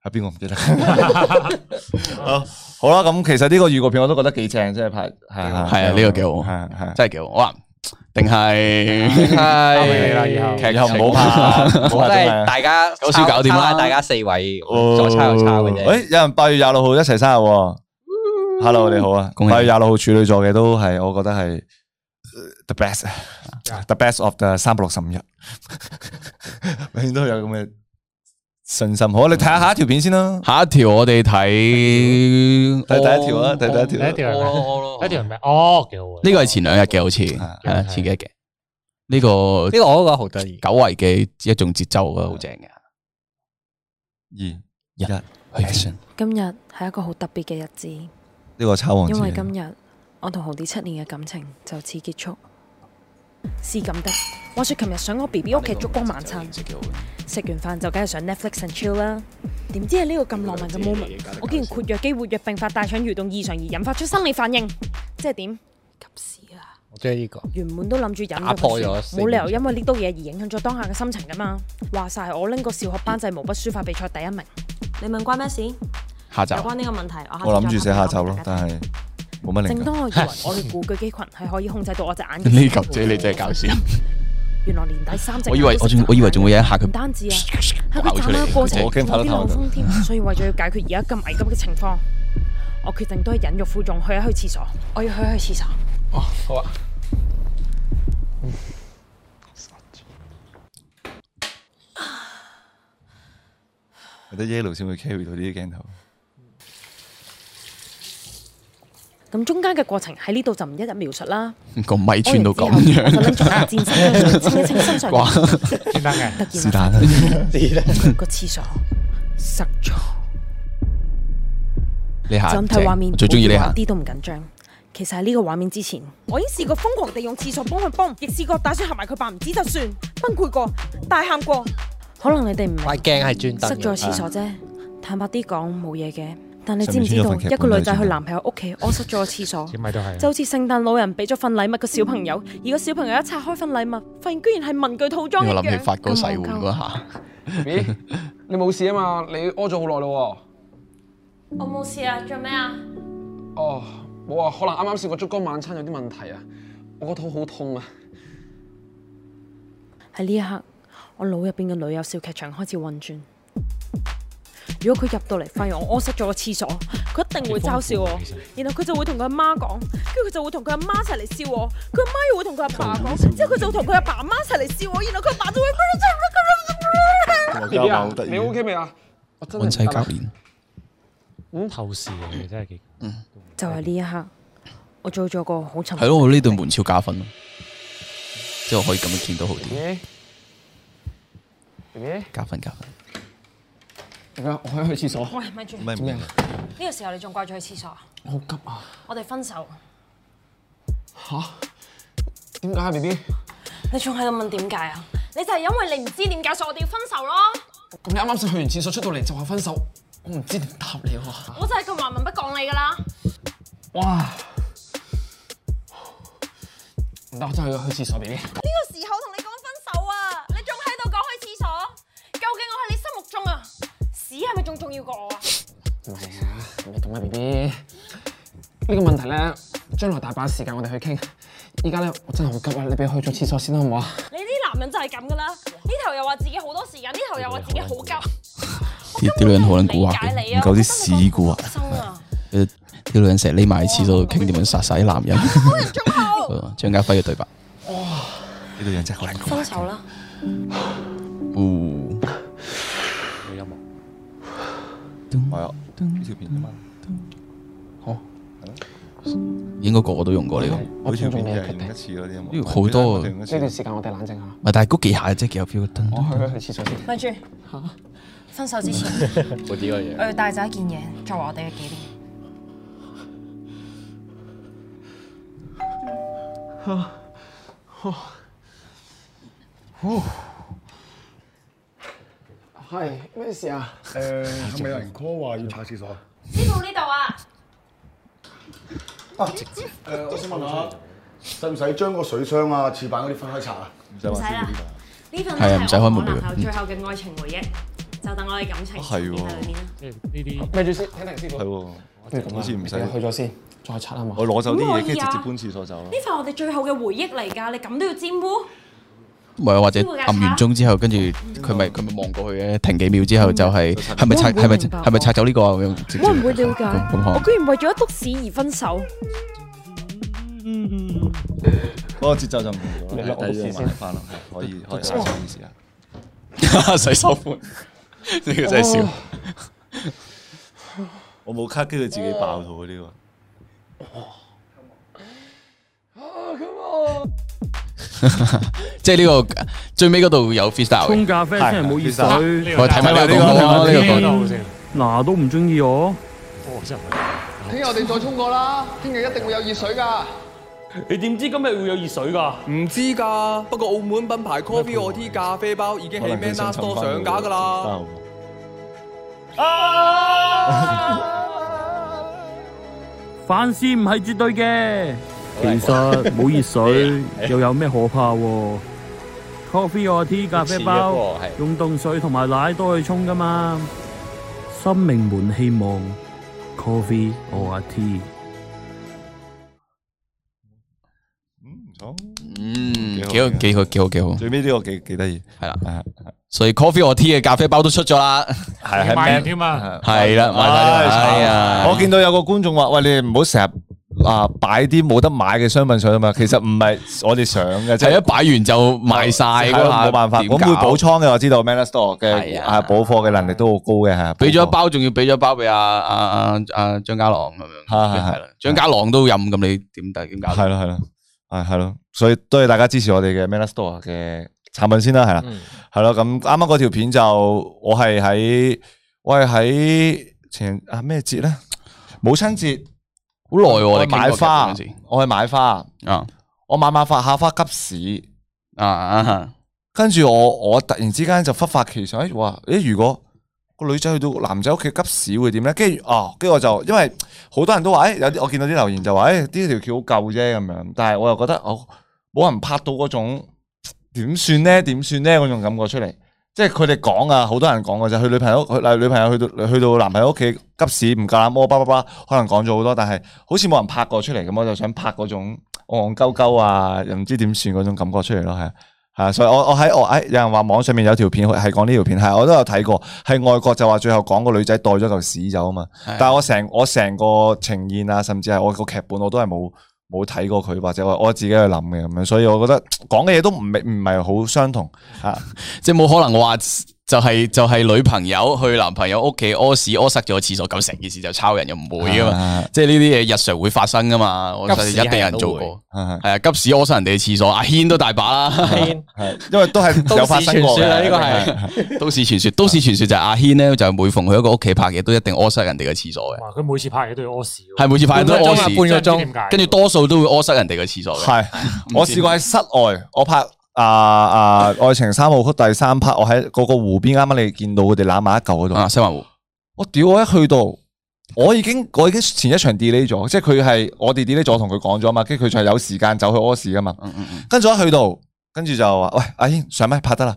Speaker 1: 係邊個唔記得？ [LAUGHS] 好啦，咁其實呢個預告片我都覺得幾正，真係拍係係
Speaker 3: 係啊，呢個幾好，真係幾好。哇，定 [LAUGHS] 係
Speaker 2: 交俾你啦以後
Speaker 3: 劇情
Speaker 1: 以後唔 [LAUGHS] 好拍
Speaker 2: 我都啊係大家
Speaker 3: 有少搞掂啦
Speaker 2: 抄下大家四位
Speaker 1: 哦
Speaker 2: 左抄右抄嘅啫。
Speaker 1: 誒，有人八月廿六號一齊生日喎，Hello 你好啊！
Speaker 3: 喜
Speaker 1: 八月廿六號處女座嘅都係，我覺得係呃 the best，the best of the 三百六十五日， [LAUGHS] 永遠都有咁嘅信心。好，你睇下下一條片先啦。
Speaker 3: 下一條我哋哦睇
Speaker 1: 睇第一條啊，睇第一
Speaker 4: 第一
Speaker 1: 條。
Speaker 4: 條係
Speaker 3: 啊
Speaker 4: 咩？第一條係咩？哦，幾好啊！
Speaker 3: 呢個係前兩日嘅，好似係啊前幾日嘅。呢個呢
Speaker 2: 個我覺得好得意，
Speaker 3: 久違嘅一種節奏，我覺得好正嘅。
Speaker 1: 二
Speaker 3: 一 action，
Speaker 6: 今日係一個好特別嘅日子，因
Speaker 1: 呢個抄
Speaker 2: 啊
Speaker 1: 王子
Speaker 6: 為今日我同豪啲七年嘅感情就此結束。是咁的，話說琴日上我 B B 屋企燭光晚餐，食完飯就梗係上 Netflix and chill 啦。點知喺呢個咁浪漫嘅 moment，我竟然括約肌活躍並發大腸蠕動異常而引發出生理反應，即係點？
Speaker 2: 我中意呢個。
Speaker 6: 啊原本都諗住忍
Speaker 2: 打破
Speaker 6: 咗佢
Speaker 2: 咗
Speaker 6: 先
Speaker 2: 四
Speaker 6: 冇理由因為呢刀嘢而影響咗當下嘅心情噶啊嘛。話晒我拎個小學班際毛筆書法比賽第一名，你問關咩事？
Speaker 1: 下集
Speaker 6: 有關呢個問題，我下次
Speaker 1: 我諗
Speaker 6: 再
Speaker 1: 住寫
Speaker 6: 拍片
Speaker 1: 下集咯，但係冇乜
Speaker 6: 正
Speaker 1: 靈
Speaker 6: 當
Speaker 1: 感。
Speaker 6: 我以為我
Speaker 3: [LAUGHS]
Speaker 6: 嘅古巨基群係可以控制到我隻眼嘅
Speaker 3: 呢
Speaker 6: 時
Speaker 3: 嚿
Speaker 6: 候，
Speaker 3: 啫，你真係搞笑。
Speaker 6: [LAUGHS] 原來連第三隻眼都識眨眼。
Speaker 3: 我以為我仲我以為仲會有一下佢
Speaker 6: 唔單
Speaker 3: [LAUGHS]
Speaker 6: 止啊，喺
Speaker 3: 爆
Speaker 6: 佢
Speaker 3: 出
Speaker 6: 眨
Speaker 3: 嚟
Speaker 6: 眼嘅過程
Speaker 3: 我驚拍
Speaker 6: 仲
Speaker 3: 到
Speaker 6: 有啲漏
Speaker 3: 頭
Speaker 6: 風
Speaker 3: [LAUGHS]
Speaker 6: 添，所以為咗要解決而家咁危急嘅情況，我決定都係忍辱負重去一去廁所。我要去一去廁所。
Speaker 17: 哦，好啊。
Speaker 1: 有得 yellow 先會 carry 到呢啲鏡頭。
Speaker 6: 咁中間嘅過程喺呢度就唔一一描述啦。
Speaker 3: 個咪穿到咁
Speaker 6: 我就拎
Speaker 3: [LAUGHS]
Speaker 6: 咗把
Speaker 3: 樣
Speaker 6: 箭，清一清身上
Speaker 3: [LAUGHS] 哇
Speaker 6: 突然
Speaker 3: 是但啦
Speaker 6: 個廁所塞咗，
Speaker 3: 呢下
Speaker 6: 就咁睇畫面，
Speaker 3: 啊正最中意呢
Speaker 6: 我
Speaker 3: 下
Speaker 6: 一。啲都唔緊張。其實喺呢個畫面之前，我已經試過瘋狂地用廁所幫佢幫，亦試過打算合埋佢扮唔知就算，崩潰過，大喊過。可能你哋唔明，
Speaker 2: 塊鏡係專登
Speaker 6: 塞
Speaker 2: 嘅
Speaker 6: 咗
Speaker 3: 啊
Speaker 6: 廁所啫。坦白啲講，冇嘢嘅。但你知唔
Speaker 2: 上面
Speaker 6: 知
Speaker 2: 穿咗
Speaker 6: 道
Speaker 2: 份劇本啊
Speaker 6: 一個女仔
Speaker 2: 都係專登
Speaker 6: 去男朋友屋企屙塞咗個廁所？
Speaker 4: 咪都係
Speaker 6: 就好似聖誕老人俾咗份禮物個小朋友，而個小朋友一拆開份禮物，發現居然係文具套裝一
Speaker 3: 我
Speaker 6: 樣。
Speaker 3: 諗起發哥洗碗
Speaker 6: 咁戇鳩
Speaker 3: 嗰下，
Speaker 17: 咦，你冇事啊嘛？你屙咗好耐咯
Speaker 6: 我冇事啊，做咩啊？
Speaker 17: 喎。哦，冇啊，可能啱啱食個燭光晚餐有啲問題啊，我個肚好痛啊。
Speaker 6: 喺呢一刻，我腦入邊嘅女友小劇場開始運轉。如果佢入到嚟，發現
Speaker 3: [LAUGHS]
Speaker 6: 我屙塞咗個廁所，佢一定會嘲笑我，然後佢就會同佢阿媽講，跟住佢就會同佢阿媽一齊嚟笑我，佢阿媽又會同佢阿爸講，之後佢就會同佢阿爸阿媽一齊嚟笑我，然後佢阿爸就會
Speaker 17: B B 啊，你 O K 未啊？我真係唔得啦
Speaker 3: 練，
Speaker 4: 透視啊，你真係幾
Speaker 6: 就係呢一刻，我做咗個好沉
Speaker 3: 係咯，我呢對門超加分咯，即係我可以咁樣見到好啲，
Speaker 17: B B，
Speaker 3: 加分加分。
Speaker 17: 點解我可以去廁所？
Speaker 6: 喂，咪住，
Speaker 17: 咩咩
Speaker 3: 啊
Speaker 6: 呢個時候你仲掛住去廁所啊？
Speaker 17: 我好急啊！
Speaker 6: 我哋分手，
Speaker 17: 吓？點解啊，B B？
Speaker 6: 你仲喺度問點解啊？你就係因為你唔知點解，所以我哋要分手咯。
Speaker 17: 咁你啱啱先去完廁所出到嚟就話分手，我唔知點答你喎。
Speaker 6: 我就係咁話文不講你噶啦。
Speaker 17: 哇！唔得，我真係要去廁所，B B。
Speaker 6: 呢個時
Speaker 15: 啊啊
Speaker 8: 啊呢個問題咧，將來大把時間我哋去傾。依家咧，我真係好急啊！你俾我去咗廁所先啦，好唔好啊？
Speaker 15: 你啲男人就係咁噶啦，呢頭又話自己好多時間，呢頭又話自己好急。
Speaker 3: 啲啲女人好撚蠱惑
Speaker 15: 理解你
Speaker 3: 嘅，
Speaker 15: 啊
Speaker 3: 唔夠啲屎蠱惑。誒啲女人成日匿埋喺廁所度傾點樣殺晒啲男人。 [LAUGHS]
Speaker 15: 啊
Speaker 3: 好張家輝嘅對白。
Speaker 1: 呢個人真係好撚
Speaker 15: 分手啦！
Speaker 3: 哦
Speaker 1: 音樂係啊，呢條片啫嘛。
Speaker 3: 應該個個都用過呢個。
Speaker 1: 我條片就係用一次咯，啲音
Speaker 3: 呢
Speaker 1: 樂
Speaker 3: 個好多啊。
Speaker 1: 呢
Speaker 8: 段時間我哋冷靜下。
Speaker 3: 唔係，但係嗰幾下真係幾有 feel 噔。
Speaker 8: 我去去廁所先。
Speaker 19: 咪住，分手之前，
Speaker 3: [LAUGHS] 我啲個嘢
Speaker 19: 我要帶走一件嘢作為我哋嘅紀念。
Speaker 8: 係咩事啊？
Speaker 9: 誒，係咪有人 call 話要查廁所？
Speaker 15: 師傅呢度啊，
Speaker 9: 啊，誒，我想問下，使唔使將個水箱啊、廁板嗰啲分開拆啊？唔
Speaker 15: 唔使啦，呢份
Speaker 9: 係啊唔使開門
Speaker 15: 男朋友
Speaker 9: 嗯
Speaker 15: 最後嘅愛情回憶，就等我哋感情
Speaker 1: 係喎
Speaker 15: 喺裏面啦。
Speaker 4: 呢啲
Speaker 8: 咪住先，聽聽師傅。
Speaker 1: 係喎，好似唔使
Speaker 8: 你去咗先，再拆啊嘛。
Speaker 1: 我攞走啲
Speaker 15: 唔可
Speaker 1: 嘢，
Speaker 15: 以
Speaker 1: 跟住直
Speaker 15: 啊
Speaker 1: 接搬廁所走咯
Speaker 15: 呢。份我哋最後嘅回憶嚟㗎，你咁都要沾污？
Speaker 3: 唔係啊或者撳完鐘之後，跟住佢咪佢咪望過去嘅，停幾秒之後就係係咪拆
Speaker 6: 會唔會
Speaker 3: 係咪
Speaker 6: 明白
Speaker 3: 係咪拆走呢個啊咁樣直接
Speaker 6: 會唔會了解？
Speaker 3: 咁可
Speaker 6: 我居然為咗一督屎而分手。
Speaker 1: 嗰個節奏就唔同咗啦。
Speaker 3: 你落
Speaker 1: 我
Speaker 3: 地先
Speaker 1: 慢慢翻咯，係可以可以下次試下。
Speaker 3: 能 [LAUGHS] 洗手盤，呢個真係笑。
Speaker 1: 我冇卡，跟住自己爆肚呢個。
Speaker 3: 即係呢個最尾嗰度有 freestyle 嘅。
Speaker 16: 沖咖啡真係冇熱水。
Speaker 3: 我睇埋呢個廣告啊，呢
Speaker 9: [LAUGHS]
Speaker 16: 個嗱都唔中意我。
Speaker 8: 聽日我哋再沖過啦，聽日一定會有熱水㗎。
Speaker 16: 你點知今日會有熱水㗎？
Speaker 20: 唔知㗎，不過澳門品牌 Coffee or Tea 咖啡包已經喺 Man a Store 上架㗎啦。
Speaker 16: 反思唔係絕對嘅。其實冇熱
Speaker 4: [LAUGHS]
Speaker 16: 水又有咩可怕喎？Coffee or tea 咖啡包
Speaker 2: 似一個係
Speaker 16: 用凍水同埋奶都去沖噶嘛。生命滿希望，Coffee or tea。
Speaker 3: 嗯，幾好幾好幾好幾好。
Speaker 1: 最尾呢個幾幾得意，
Speaker 3: 係啦，所以 coffee or tea 嘅咖啡包都出咗啦，
Speaker 1: 係喺
Speaker 4: 賣完添啊
Speaker 3: 係啦，賣晒啦，哎呀，
Speaker 1: 我見到有個觀眾話：喂，你哋唔好成日啊擺啲冇得買嘅商品上啊嘛。其實唔係我哋想嘅，即
Speaker 3: 係一啊擺完就賣晒
Speaker 1: 係
Speaker 3: 嗰下
Speaker 1: 冇辦法，
Speaker 3: 點
Speaker 1: 我會
Speaker 3: 搞啊
Speaker 1: 補倉嘅。我知道 Man Store à, 嘅啊補貨嘅能力都好高嘅，係啊
Speaker 3: 俾咗一包，仲要俾咗一包俾阿阿阿阿張家朗咁樣，
Speaker 1: 係係
Speaker 3: 啦，張家朗都飲咁，你點得點搞？
Speaker 1: 係咯係咯，係係咯，所以多謝大家支持我哋嘅 Manner Store 嘅產品先啦，係啦
Speaker 3: 嗯，
Speaker 1: 係咯，咁啱啱嗰條片就我係喺我係喺前啊咩節咧？母親節
Speaker 3: 好耐喎
Speaker 1: 我
Speaker 3: 你
Speaker 1: 去
Speaker 3: 傾過
Speaker 1: 買花
Speaker 3: 嘅嗰陣時，
Speaker 1: 我去買花
Speaker 3: 啊，
Speaker 1: 我買買花下花急屎
Speaker 3: 啊，
Speaker 1: 跟住我我突然之間就忽發奇想，誒哎哇誒如果個女仔去到男仔屋企急屎會點咧？跟住哦，跟住我就因為好多人都話，誒、哎有啲我見到啲留言就話，誒、哎呢條橋好舊啫咁樣，但係我又覺得哦冇人拍到嗰種點算咧點算咧嗰種感覺出嚟，即係佢哋講啊，好多人講嘅就係去女朋友去女朋友去到去到男朋友屋企急屎唔夠膽屙，叭叭叭，可能講咗好多，但係好似冇人拍過出嚟咁，我就想拍嗰種戇鳩鳩啊，又唔知點算嗰種感覺出嚟咯，係啊。係啊，所以我我喺我喺有人話網上面有條片係講呢條片，係我都有睇過，係外國就話最後講個女仔袋咗嚿屎走啊嘛
Speaker 3: 係啊，
Speaker 1: 但係我成我成個呈現啊，甚至係我個劇本我都係冇冇睇過佢，或者我我自己去諗嘅咁樣，所以我覺得講嘅嘢都唔係唔係好相同啊，
Speaker 3: 即係冇可能話就係就係女朋友去男朋友屋企屙屎屙塞咗個廁所，咁成件事就抄人又唔會噶嘛
Speaker 1: 啊，
Speaker 3: 即係呢啲嘢日常會發生噶嘛，我
Speaker 1: 急
Speaker 3: 一
Speaker 1: 屎係
Speaker 3: 定有人
Speaker 1: 都
Speaker 3: 做
Speaker 1: 會
Speaker 3: 過，
Speaker 1: 係
Speaker 3: 啊，急屎屙塞人哋嘅廁所，阿軒都大把啦，
Speaker 1: 係因為都係有發生過嘅
Speaker 3: 係都市傳說，都市傳說就係阿軒咧，就係每逢去一個屋企拍嘢，都一定屙塞人哋嘅廁所嘅。
Speaker 4: 哇！佢每次拍嘢都要屙屎喎，
Speaker 3: 係每次拍都屙屎，
Speaker 4: 真係唔知點解
Speaker 3: 跟住多數都會屙塞人哋嘅廁所嘅。
Speaker 1: 係我試過喺室外，我拍啊啊《愛情三部曲》第三 part，我喺嗰個湖邊，啱啱你見到佢哋攬埋一嚿嗰度
Speaker 3: 啊，西環湖。
Speaker 1: 我屌！我一去到，我已經我已經前一場 delay 咗，即係佢係我哋 delay 咗，同佢講咗嘛，跟住佢就係有時間走去屙屎噶嘛。
Speaker 3: 嗯
Speaker 1: 跟住我一去到，跟住就話：喂，阿英上咪拍得啦。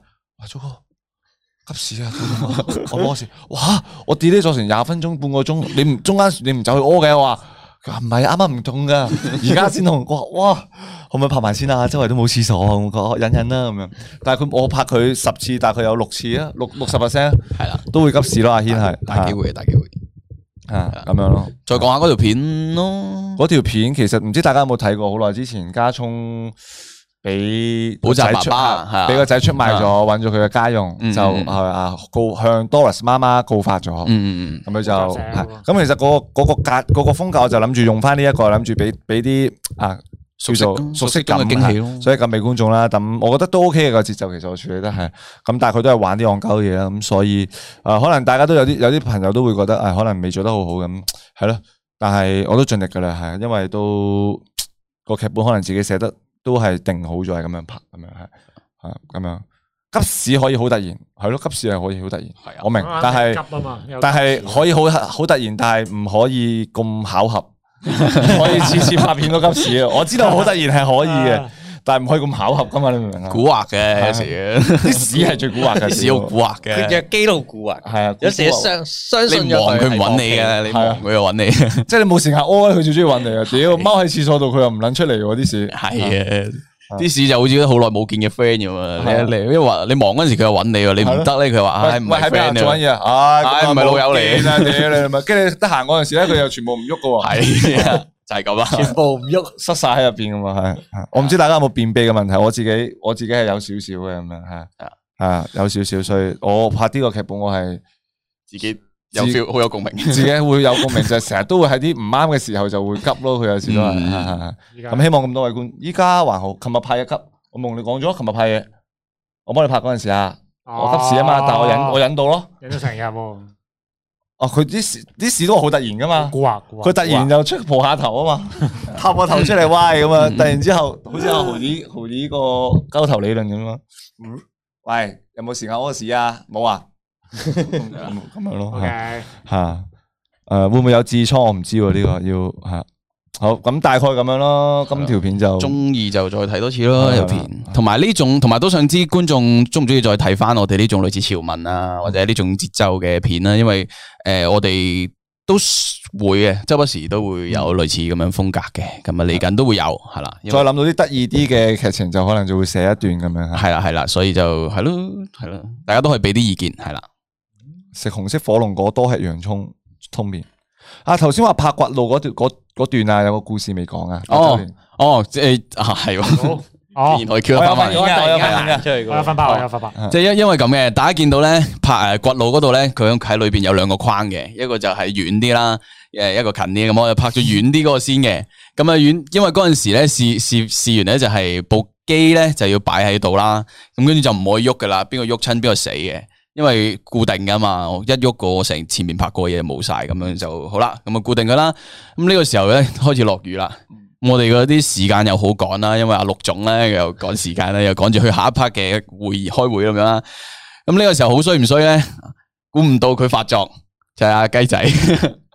Speaker 1: 急事啊！ [LAUGHS] 我屙屎，哇！我 delay 咗成廿分鐘半個鐘，你唔中間你唔走去屙嘅，我話佢話唔係啊啱啱唔痛噶，
Speaker 3: [LAUGHS]
Speaker 1: 而家先痛。我話哇，可唔可以拍埋先啊？周圍都冇廁所啊，我覺得忍忍啦咁樣。但係佢我拍佢十次，大概有六次啊，六六十 percent
Speaker 3: 係啦，
Speaker 1: 都會急事咯。阿軒係
Speaker 3: 大機會嘅，大機會
Speaker 1: 啊咁樣咯。
Speaker 3: 再講下嗰條片咯，
Speaker 1: 嗰條片其實唔知大家有冇睇過，好耐之前加聰。俾
Speaker 3: 補習
Speaker 1: 個仔
Speaker 3: 爸
Speaker 1: 出
Speaker 3: 爸係啊
Speaker 1: 俾個仔出賣咗，
Speaker 3: 啊
Speaker 1: 揾咗佢嘅家用，
Speaker 3: 嗯
Speaker 1: 就
Speaker 3: 嗯
Speaker 1: 係啊告向 Doris 媽媽告發咗。
Speaker 3: 嗯
Speaker 1: 咁佢就係咁，其實嗰個嗰個格嗰個風格，我就諗住用翻呢一個，諗住俾俾啲啊叫做熟悉感
Speaker 3: 熟悉感嘅驚喜咯
Speaker 1: 係所以咁俾觀眾啦。咁我覺得都 OK 嘅個節奏，其實我處理得係咁，但係佢都係玩啲戇鳩嘢啦。咁所以啊，可能大家都有啲有啲朋友都會覺得啊，可能未做得好好咁，係咯。但係我都盡力噶啦，係因為都個劇本可能自己寫得都係定好咗，係咁樣拍，咁樣係啊咁樣。急屎可以好突然，係咯，急屎係可以好突然，我明
Speaker 4: 啊，
Speaker 1: 但係
Speaker 4: 急啊嘛有
Speaker 1: 但係
Speaker 4: 急
Speaker 1: 可以好好突然，但係唔可以咁巧
Speaker 2: [LAUGHS]
Speaker 1: 合，可以次次拍片都急屎啊！我知道好突然係可以
Speaker 2: [LAUGHS]
Speaker 1: 嘅，
Speaker 2: 啊
Speaker 1: 但係唔可以咁巧合噶嘛，你明唔明啊？
Speaker 3: 蠱惑嘅
Speaker 1: 係
Speaker 3: 有時
Speaker 1: 啲屎係最蠱惑嘅，
Speaker 3: [LAUGHS] 啲屎好蠱惑嘅佢隻
Speaker 1: 肌肉蠱惑，係啊，
Speaker 2: 有時你相相信
Speaker 3: 你唔望佢唔揾你嘅，你望佢又揾你。
Speaker 1: [LAUGHS]
Speaker 3: [LAUGHS]
Speaker 1: 即係你冇成日屙佢最中意揾你啊！屌，踎喺廁所度佢又唔撚出嚟喎啲屎，
Speaker 3: 係啊，啲事就好似好耐冇見嘅 friend 咁啊！
Speaker 1: 係啊
Speaker 3: 你你因為話你忙嗰陣時佢又揾你喎，你唔得咧佢話
Speaker 1: 喂
Speaker 3: 唉唔
Speaker 1: 喂
Speaker 3: 係
Speaker 1: 喺邊啊
Speaker 3: friend
Speaker 1: 做緊嘢啊？唉，
Speaker 3: 唉唔係老友嚟
Speaker 1: 啊！屌你咪，跟住得閒嗰陣時咧，佢又全部唔喐噶喎。
Speaker 3: 係啊，就係咁啦。
Speaker 1: 全
Speaker 9: 哦
Speaker 1: 部唔喐，塞晒喺入边噶嘛，系。係我唔知大家有冇便秘嘅問題，我自己我自己係有少少嘅咁樣，係係啊，有少少，所以我拍呢個劇本，我係 [LAUGHS]
Speaker 3: 自己有 feel，好有共鳴
Speaker 1: 自己會有共鳴，就係成日都會喺啲唔啱嘅時候就會急咯。佢有時都係
Speaker 3: 嗯
Speaker 1: 係係
Speaker 4: 依
Speaker 1: 係
Speaker 4: 家
Speaker 1: 咁，希望咁多位觀，依家還好，琴日派嘢急，我同你講咗，琴日派嘢，我幫你拍嗰陣時啊，我急事啊嘛，但我忍我忍到咯。
Speaker 4: 忍咗成日喎，
Speaker 1: 哦，佢啲事啲事都好突然噶嘛，佢突然就出蒲下頭啊 [LAUGHS] 嘛，探個頭出嚟歪咁啊，突然之後好似阿豪子豪子個鳩頭理論咁啊，喂，有冇時間屙屎啊？冇啊，咁樣咯
Speaker 4: OK
Speaker 1: 吓，誒會唔會有痔瘡？我唔知喎，呢個要吓好咁大概咁樣咯。今條片就
Speaker 3: 中意就再睇多次咯，
Speaker 1: 係啦
Speaker 3: 有片。同埋呢種，同埋都想知觀眾中唔中意再睇翻我哋呢種類似潮文
Speaker 1: 嗯
Speaker 3: 啊，或者呢種節奏嘅片啦、因為诶、呃我哋都會嘅，周不時都會有類似咁樣風格嘅，咁啊嚟緊都會有，係啦。因為
Speaker 1: 嗯再諗到啲得意啲嘅劇情，就可能就會寫一段咁樣。
Speaker 3: 係啦係啦，所以就係咯係咯，
Speaker 1: 嗯
Speaker 3: 大家都可以俾啲意見，係啦。
Speaker 1: 食紅色火龍果，多吃洋葱通便。啊，頭先話拍掘路嗰段嗰嗰段啊，有個故事未講啊。
Speaker 3: 哦哦，即係啊係 [LAUGHS] 喎，
Speaker 4: 哦
Speaker 3: 竟然可以 Q 得翻埋。
Speaker 4: 我有分包，我有分包。
Speaker 3: 即系因因为咁嘅，大家見到咧拍诶掘路嗰度咧，佢喺裏边有兩個框嘅，一個就係遠啲啦，诶一個近啲，咁我就拍咗遠啲嗰個先嘅。咁啊遠，因為嗰陣時咧試試試完咧就係部機咧就要擺喺度啦，咁跟住就唔可以喐噶啦，邊個喐親邊個死嘅，因為固定噶嘛，我一喐過成前面拍過嘢冇晒，咁樣就好啦，咁啊固定噶啦。咁呢個時候咧開始落雨啦。我哋嗰啲時間又好趕啦，因為阿陸總咧又趕時間咧，又趕住去下一 part 嘅會議開會咁樣啦。咁呢個時候好衰唔衰咧？估唔到佢發作，就係阿雞仔。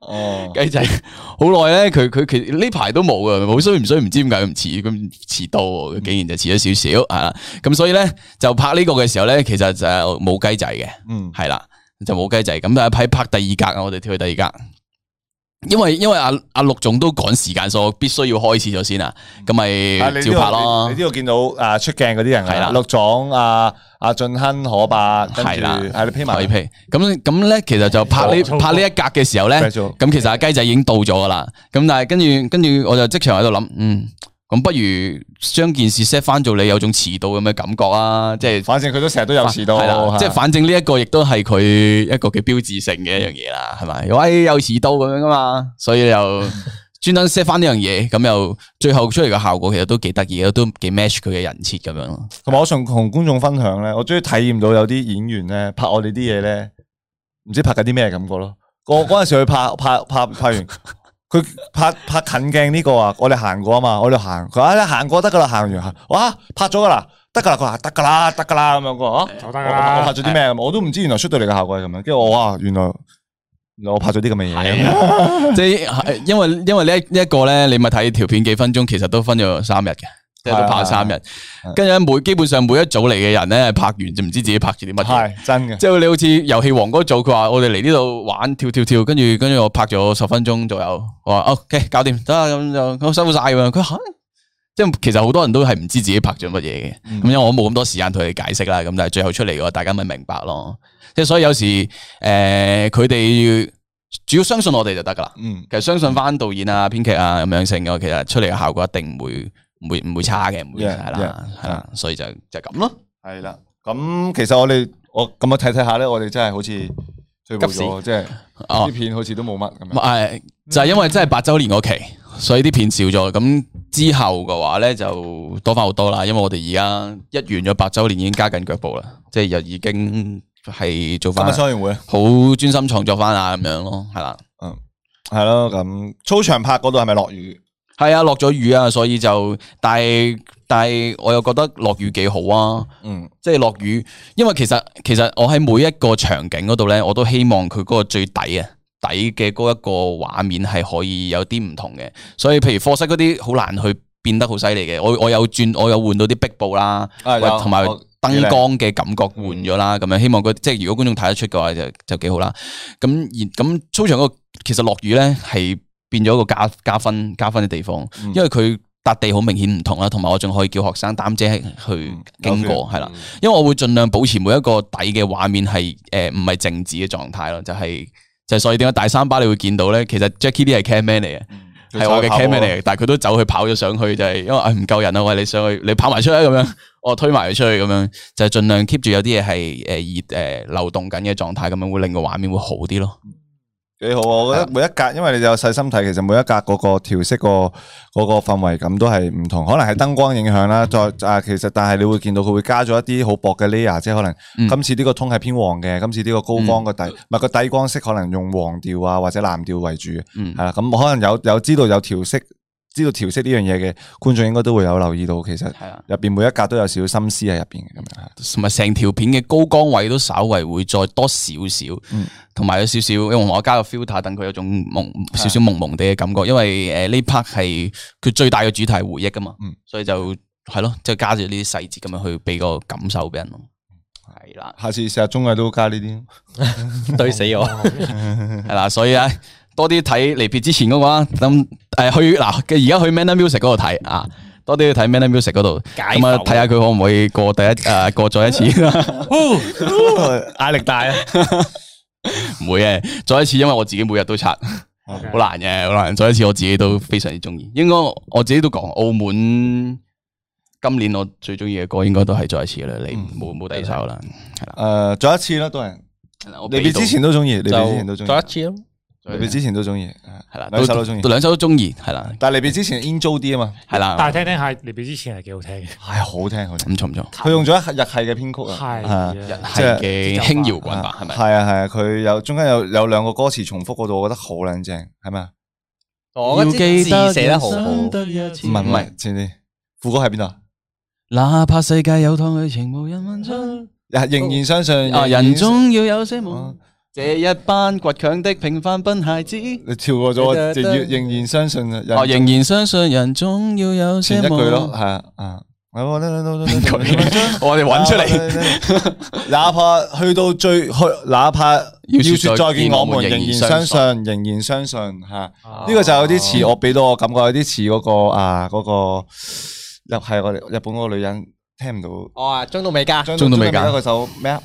Speaker 1: 哦，
Speaker 3: 雞仔好耐咧，佢佢其呢排都冇啊，好衰唔衰唔知點解佢唔遲，咁遲到喎，佢竟然就遲咗少少係啦。咁所以咧就拍呢個嘅時候咧，其實就冇雞仔嘅，
Speaker 1: 嗯，
Speaker 3: 係啦，就冇雞仔。咁但係喺拍第二格啊，我哋跳去第二格。因為因為阿阿陸總都趕時間，所以我必須要開始咗先啊，咁
Speaker 1: 啊你
Speaker 3: 咪
Speaker 1: 呢
Speaker 3: 照
Speaker 1: 度
Speaker 3: 拍咯
Speaker 1: 你。呢度見到啊出鏡嗰啲人
Speaker 3: 係
Speaker 1: 啊，
Speaker 3: 啦
Speaker 1: 陸總啊阿俊亨可伯，跟住
Speaker 3: 係啦
Speaker 1: 係你披埋
Speaker 3: 可以批。咁咁咧，其實就拍呢
Speaker 1: 哦錯
Speaker 3: 拍呢一格嘅時候咧，咁其實阿雞仔已經到咗噶啦。咁但係跟住跟住，我就即場喺度諗，嗯，咁不如將件事 set 翻做你有種遲到咁嘅感覺啊，即係
Speaker 1: 反正佢都成日都哦有遲到
Speaker 3: 係啦
Speaker 1: 嚇
Speaker 3: 即係反正呢一個亦都係佢一個嘅標誌性嘅一樣嘢啦，係咪？喂，有遲到咁樣噶嘛，所以 [LAUGHS] 又專登 set 翻呢樣嘢，咁又最後出嚟嘅效果其實都幾得意，都幾 match 佢嘅人設咁樣 [LAUGHS] 咯。
Speaker 1: 同埋我想同觀眾分享咧，我終於體驗到有啲演員咧拍我哋啲嘢咧，唔知拍緊啲咩感覺咯。
Speaker 3: [LAUGHS]
Speaker 1: 我嗰陣時去拍拍拍拍完，佢拍拍近鏡呢個啊，我哋行過啊嘛，我哋行，佢話你行過得噶啦，行完行，哇拍咗噶啦，得噶啦，佢話得噶啦，得噶啦咁樣，我話啊，
Speaker 4: 就得㗎啦
Speaker 1: 我我拍咗啲咩？我都唔知原來出到嚟嘅效果係咁樣，跟住我哇，原來原來我拍咗啲咁嘅嘢。
Speaker 3: 即系因为因为呢一呢一个咧，你咪睇条片几分钟，其实都分咗三日嘅。即係都拍咗三日。跟住每基本上每一組嚟嘅人咧，拍完就唔知自己拍住啲乜嘢，
Speaker 1: 真嘅。
Speaker 3: 即係你好似遊戲王嗰組，佢話我哋嚟呢度玩跳跳跳，跟住跟住我拍咗十分鐘左右，我話哦 OK 搞掂得啦咁就收晒咁樣。佢嚇即係其實好多人都係唔知自己拍咗乜嘢嘅，咁因為我冇咁多時間同佢哋解釋啦，咁但係最後出嚟嘅話，大家咪明白咯。即係所以有時誒，佢哋主要相信我哋就得噶啦。
Speaker 1: 嗯，
Speaker 3: 其實相信翻導演啊、編劇啊咁樣性嘅，其實出嚟嘅效果一定唔會唔會唔會差嘅，唔會係啦，係啦，所以就就咁咯。
Speaker 1: 系啦，咁其實我哋我咁我睇睇下咧，我哋真係好似退步咗，即
Speaker 3: 急
Speaker 1: 係
Speaker 3: 哦
Speaker 1: 啲片好似都冇乜咁樣。
Speaker 3: 誒，就係因為真係八周年嗰期，所以啲片少咗。咁之後嘅話咧就多翻好多啦，因為我哋而家一完咗八周年已經加緊腳步啦，即係又已經係做翻
Speaker 1: 今日商業會
Speaker 3: 好專心創作翻啊咁樣咯，係啦，
Speaker 1: 嗯，係咯，咁操場拍嗰度係咪落雨？
Speaker 3: 係啊，落咗雨啊，所以就但係但係我又覺得落雨幾好啊，
Speaker 1: 嗯，
Speaker 3: 即係落雨，因為其實其實我喺每一個場景嗰度咧，我都希望佢嗰個最底啊底嘅嗰一個畫面係可以有啲唔同嘅，所以譬如課室嗰啲好難去變得好犀利嘅，我我有轉我有換到啲壁布啦，
Speaker 1: 啊有
Speaker 3: 同埋
Speaker 1: 我
Speaker 3: 燈光嘅感覺換咗啦，咁樣希望嗰即係如果觀眾睇得出嘅話就就幾好啦。咁而咁操場嗰個其實落雨咧係變咗一個加加分加分嘅地方，
Speaker 1: 嗯
Speaker 3: 因為佢笪地好明顯唔同啦，同埋我仲可以叫學生擔遮去經
Speaker 1: 嗯有
Speaker 3: 過，係啦，因為我會盡量保持每一個底嘅畫面係誒唔係靜止嘅狀態咯，就係、就係所以點解大三巴你會見到咧？其實 Jackie 啲係 camman 嚟嘅。係我嘅
Speaker 1: 佢跑
Speaker 3: camman
Speaker 1: 步
Speaker 3: 嚟嘅，但係佢都走去跑咗上去，就係因為唉唔夠人啊，喂你上去，你跑埋出去咁樣，我推埋佢出去咁樣，就係盡量 keep 住有啲嘢係誒熱誒呃流動緊嘅狀態，咁樣會令個畫面會好啲咯。
Speaker 1: 幾好啊！我覺得每一格，因為你有細心睇，其實每一格嗰個調色個嗰個氛圍感都係唔同，可能係燈光影響啦。再啊，其實但係你會見到佢會加咗一啲好薄嘅 layer，即係可能今次呢個通係偏黃嘅，今次呢個高光個底，唔係個底光色可能用黃調啊或者藍調為主，
Speaker 3: 係
Speaker 1: 啦。咁可能有有知道有調色。知道調色呢樣嘢嘅觀眾應該都會有留意到，其實入邊每一格都有少少心思喺入邊嘅咁樣。
Speaker 3: 同埋成條片嘅高光位都稍為會再多少少
Speaker 1: 嗯，
Speaker 3: 同埋有少少，因為我加個 filter，等佢有種蒙少少蒙蒙地嘅感覺，因為誒呃呢 part 係佢最大嘅主題係回憶噶嘛，所以就係咯，即係加住呢啲細節咁樣去俾個感受俾人咯。係啦，
Speaker 1: 下次試下綜藝都加呢啲，
Speaker 3: 對死我 [LAUGHS] 係啦，所以啊，多啲睇離別之前嗰個啊，咁誒去嗱，而家去 Man and Music 嗰度睇啊，多啲去睇 Man and Music 嗰度，咁啊睇下佢可唔可以過第一誒過咗一次啦。
Speaker 2: 压力大啊！
Speaker 3: [LAUGHS] 唔會嘅，再一次，因為我自己每日都刷，好
Speaker 2: OK
Speaker 3: 難嘅，好難。再一次，我自己都非常之中意。應該我自己都講，澳門今年我最中意嘅歌，應該都係再一次啦。你
Speaker 2: 嗯
Speaker 3: 冇冇第二首啦？
Speaker 1: 誒，呃再一次啦，都係。你比之前都中意，你比之前都中意。
Speaker 2: 再一次咯。
Speaker 1: 你比之前都中意，
Speaker 3: 係啦
Speaker 1: 兩首都中意，
Speaker 3: 兩首都中意，係啦。
Speaker 1: 但係你比之前 enjoy 啲啊嘛，
Speaker 3: 係啦
Speaker 4: 但係聽聽下，你比之前係幾好聽嘅。
Speaker 1: 係好聽
Speaker 3: [LAUGHS]
Speaker 1: 好聽，
Speaker 3: 唔錯唔錯。
Speaker 1: 佢用咗日系嘅編曲啊，
Speaker 4: 係
Speaker 1: 啊
Speaker 4: 日
Speaker 3: 系嘅輕搖滾吧係咪
Speaker 1: 係啊係啊，佢有中間有有兩個歌詞重複嗰度，我覺得好撚正，係咪啊？
Speaker 2: 我覺得啲字寫得好好，
Speaker 3: 唔
Speaker 1: 唔係唔係，前啲副歌喺邊度啊？
Speaker 3: 哪怕世界有趟去，情無人問津。
Speaker 1: 仍然相信
Speaker 3: 啊，
Speaker 1: 仍然
Speaker 3: 人總要有些
Speaker 1: 哦
Speaker 3: 夢。這一班倔強的平凡笨孩子，
Speaker 1: 你跳過咗，仍仍然相信啊
Speaker 3: 哦，仍然相信人總要有些
Speaker 1: 前一
Speaker 3: 夢。
Speaker 1: 句
Speaker 3: [LAUGHS]
Speaker 1: 咯，係啊啊。 [LAUGHS] 我哋
Speaker 3: 哋揾出
Speaker 1: [LAUGHS] 嚟，哪怕去到最去，哪怕
Speaker 3: 要
Speaker 1: 要
Speaker 3: 說
Speaker 1: 說
Speaker 3: 再
Speaker 1: 再
Speaker 3: 見
Speaker 1: 見，
Speaker 3: 我
Speaker 1: 我
Speaker 3: 們
Speaker 1: 們
Speaker 3: 仍
Speaker 1: 仍
Speaker 3: 然
Speaker 1: 然
Speaker 3: 相
Speaker 1: 相
Speaker 3: 信
Speaker 1: 信，仍然相信吓。呢個就有啲似我俾到我感覺有啲似嗰個啊嗰個日係我哋日本嗰個女人聽唔到，
Speaker 2: 我啊，中到未噶？
Speaker 1: 中到未㗎嗰首咩啊？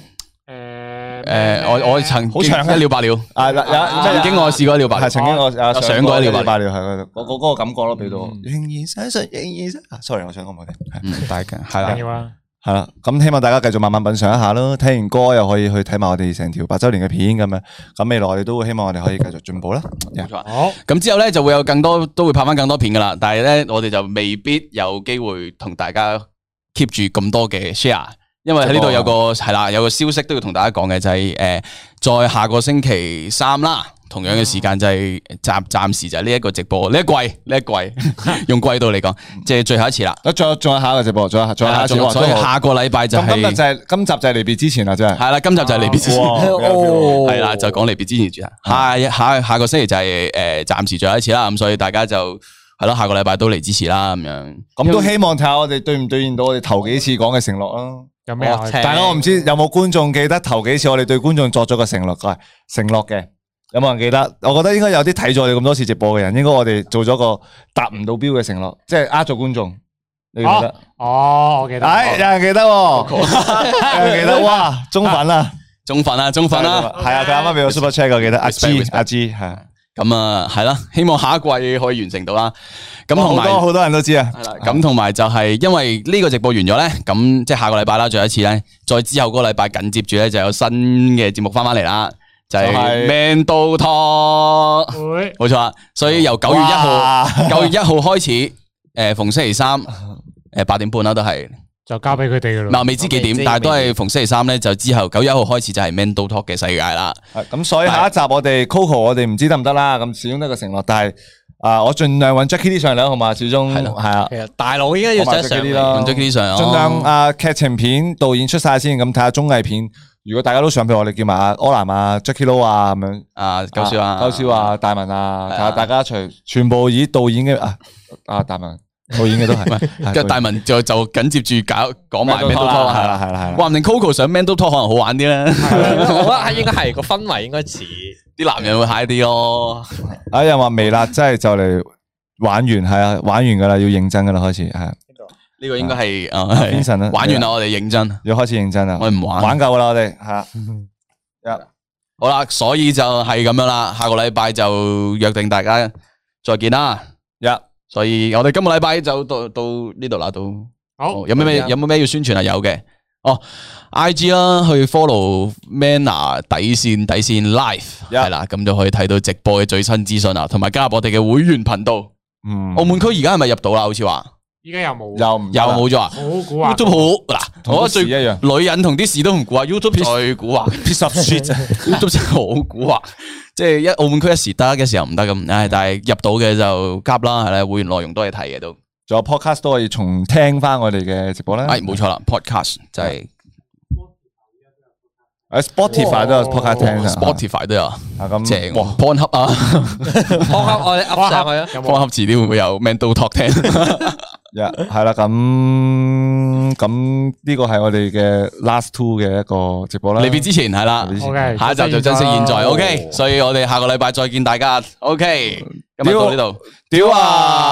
Speaker 3: 诶，我我曾
Speaker 1: 好長啊
Speaker 3: 經一了百了，
Speaker 1: 啊嗱有
Speaker 3: 曾經我試過一了百了，
Speaker 1: 係曾經我啊
Speaker 3: 我上過一了百了，
Speaker 1: 了，係嗰嗰嗰個感覺咯，俾到我仍然相信，仍然相信。啊 sorry，我想講唔好聽，係
Speaker 3: 大家係
Speaker 1: 啦
Speaker 4: 緊要啊！
Speaker 1: 系啦，咁希望大家繼續慢慢品尝一下咯。聽完歌又可以去睇埋我哋成條八周年嘅片咁樣。咁未來我哋都會希望我哋可以繼續進步啦。冇
Speaker 3: 錯，咁之後咧就會有更多都會拍翻更多片噶啦，但係咧我哋就未必有機會同大家 keep 住咁多嘅 share，因為喺呢度有個係啦，有個消息都要同大家講嘅就係、诶，再下個星期三啦。同
Speaker 1: 嗯
Speaker 3: 樣嘅時間就係暫暫時就係呢一個直播，呢一季呢
Speaker 1: [LAUGHS]
Speaker 3: 一季用季度嚟講，即係最後一次啦。
Speaker 1: 仲有仲有啊下一個直播，仲有仲啊有下一次
Speaker 3: 係啦
Speaker 1: 哇
Speaker 3: 仲有所以
Speaker 1: 都好
Speaker 3: 下個禮拜就係
Speaker 1: 咁今日就係今集就係離別之前啦，真係。啊
Speaker 3: 系啦，今集就係離別之前，
Speaker 1: 哇啊
Speaker 3: 係啦，就
Speaker 1: 嗯
Speaker 3: 呃講離別之前主題。下下下個星期就係诶暫時最後一次啦，咁所以大家就系咯，下個禮拜都嚟支持啦咁樣。
Speaker 1: 咁都希望睇下我哋兑唔兑現到我哋頭幾次講嘅承諾啦。
Speaker 4: 有
Speaker 3: 咩啊
Speaker 1: 大家我唔知有冇觀眾記得頭幾次我哋對觀眾作咗個承諾嘅承諾嘅，有冇人記得？我覺得應該有啲睇咗我哋咁多次直播嘅人，應該我哋做咗個達唔到標嘅承諾，即係呃咗觀眾。你記唔記得？
Speaker 4: 哦，我記得。
Speaker 1: 哎，有人記得喎，有人記得，哇，中粉啦，
Speaker 3: 中粉啦，中粉啦，
Speaker 1: 係啊，佢啱啱俾我 super check 我記得，阿 G 阿 G 係。
Speaker 3: 咁啊，係啦，希望下一季可以完成到啦。咁
Speaker 1: 哇
Speaker 3: 同埋
Speaker 1: 好多好多人都知啊。
Speaker 3: 咁同埋就係因為呢個直播完咗咧，咁即係下個禮拜啦，仲有一次咧，再之後嗰個禮拜緊接住咧就有新嘅節目翻翻嚟啦，就係
Speaker 1: 就係
Speaker 3: Man Do
Speaker 4: 會
Speaker 1: 哎
Speaker 3: Talk，冇錯啦。所以由九月一號
Speaker 4: 哇，
Speaker 3: [LAUGHS] 九月一號開始，誒逢星期三，誒八點半啦，都係。
Speaker 4: 就交俾佢哋噶啦。
Speaker 3: 嗱，未知幾點，但係都係逢星期三咧，就之後九月一號開始就係 Man Do Talk 嘅世界啦。
Speaker 1: 咁所以下一集我哋 Coco 我哋唔知得唔得啦，咁始終都係個承諾，但係啊，我盡量揾 Jackie 啲上嚟啦，好嘛？始終係啊，
Speaker 2: 其實大佬應該要想上嚟
Speaker 1: 啦，
Speaker 2: 揾 Jackie
Speaker 3: Lee 上啊
Speaker 1: 盡量啊劇情片導演出晒先，咁睇下綜藝片。如果大家都想，譬如我哋叫埋阿柯南啊、Jackie Lou 啊咁樣，
Speaker 3: 啊九少啊
Speaker 1: 九少啊、大文啊，睇下大家除全部以導演嘅啊啊大文導演嘅都係，係
Speaker 3: 跟住大文就就緊接住搞講埋 Man
Speaker 1: Man
Speaker 3: Do
Speaker 1: Do
Speaker 3: Talk
Speaker 1: Talk 啦
Speaker 3: 啦，
Speaker 1: 係啦係啦係啦
Speaker 3: 話唔定 Coco 上 Man Do Talk 可能好玩啲咧，
Speaker 2: 我覺得應該係個氛圍應該似。
Speaker 3: 啲男人會 high 啲咯。
Speaker 1: 啊有人話未啦，真係就嚟玩完係啊，玩完噶啦，要認真噶啦，開始係。啊
Speaker 3: 呢個應該係啊係
Speaker 1: Vincent 啊
Speaker 3: 玩完啦，我哋認真，
Speaker 1: 要開始認真啦，
Speaker 3: 我哋唔玩，
Speaker 1: 玩夠啦，我哋係啦。啊
Speaker 3: 好啦，所以就係咁樣啦，下個禮拜就約定大家再見啦。所以我哋今個禮拜就到到呢度啦，到
Speaker 4: 好
Speaker 3: 哦有咩咩有冇咩要宣傳啊？有嘅哦，I G 啦，去 follow Manner 底線底線 Live 係啦，咁就可以睇到直播嘅最新資訊啊，同埋加入我哋嘅會員頻道。
Speaker 1: 嗯，
Speaker 3: 澳門區而家係咪入到啦？好似話。
Speaker 4: 依家又冇。
Speaker 1: 又唔
Speaker 3: 又冇咗啊
Speaker 4: 好古惑
Speaker 3: YouTube 好嗱，
Speaker 1: 同啲
Speaker 3: 我覺得最
Speaker 1: 事一樣
Speaker 3: 女人同啲事都唔估啊，YouTube 最估啊
Speaker 1: piece of shit
Speaker 3: [LAUGHS] ，YouTube 真係好估啊，即係一澳門區一時得，一時又唔得咁，
Speaker 1: 嗯
Speaker 3: 唉，但係入到嘅就夾啦，係啦，會員內容多嘢睇嘅都，
Speaker 1: 仲有 podcast 都可以重聽翻我哋嘅直播啦。
Speaker 3: 哎係冇錯啦，podcast 就係
Speaker 1: 嗯喺 Spotify 都有 podcast 聽啊
Speaker 3: 哦 Spotify 都有，啊
Speaker 1: 咁
Speaker 3: 正喎 Pornhub 啊
Speaker 1: 嗯
Speaker 2: Pornhub 我哋 up 上去啊
Speaker 3: [LAUGHS] ，Pornhub 遲啲會唔會有 Man Do Talk
Speaker 1: [LAUGHS]
Speaker 3: 聽？
Speaker 1: 呀，係啦，咁咁呢個係我哋嘅 last two 嘅一個直播啦。
Speaker 3: 離別之前係啦
Speaker 4: 啊
Speaker 1: OK，
Speaker 3: 下一集就珍惜現在
Speaker 1: 哦
Speaker 3: ，OK，所以我哋下個禮拜再見大家，OK，今日到呢度，啊
Speaker 1: 屌啊！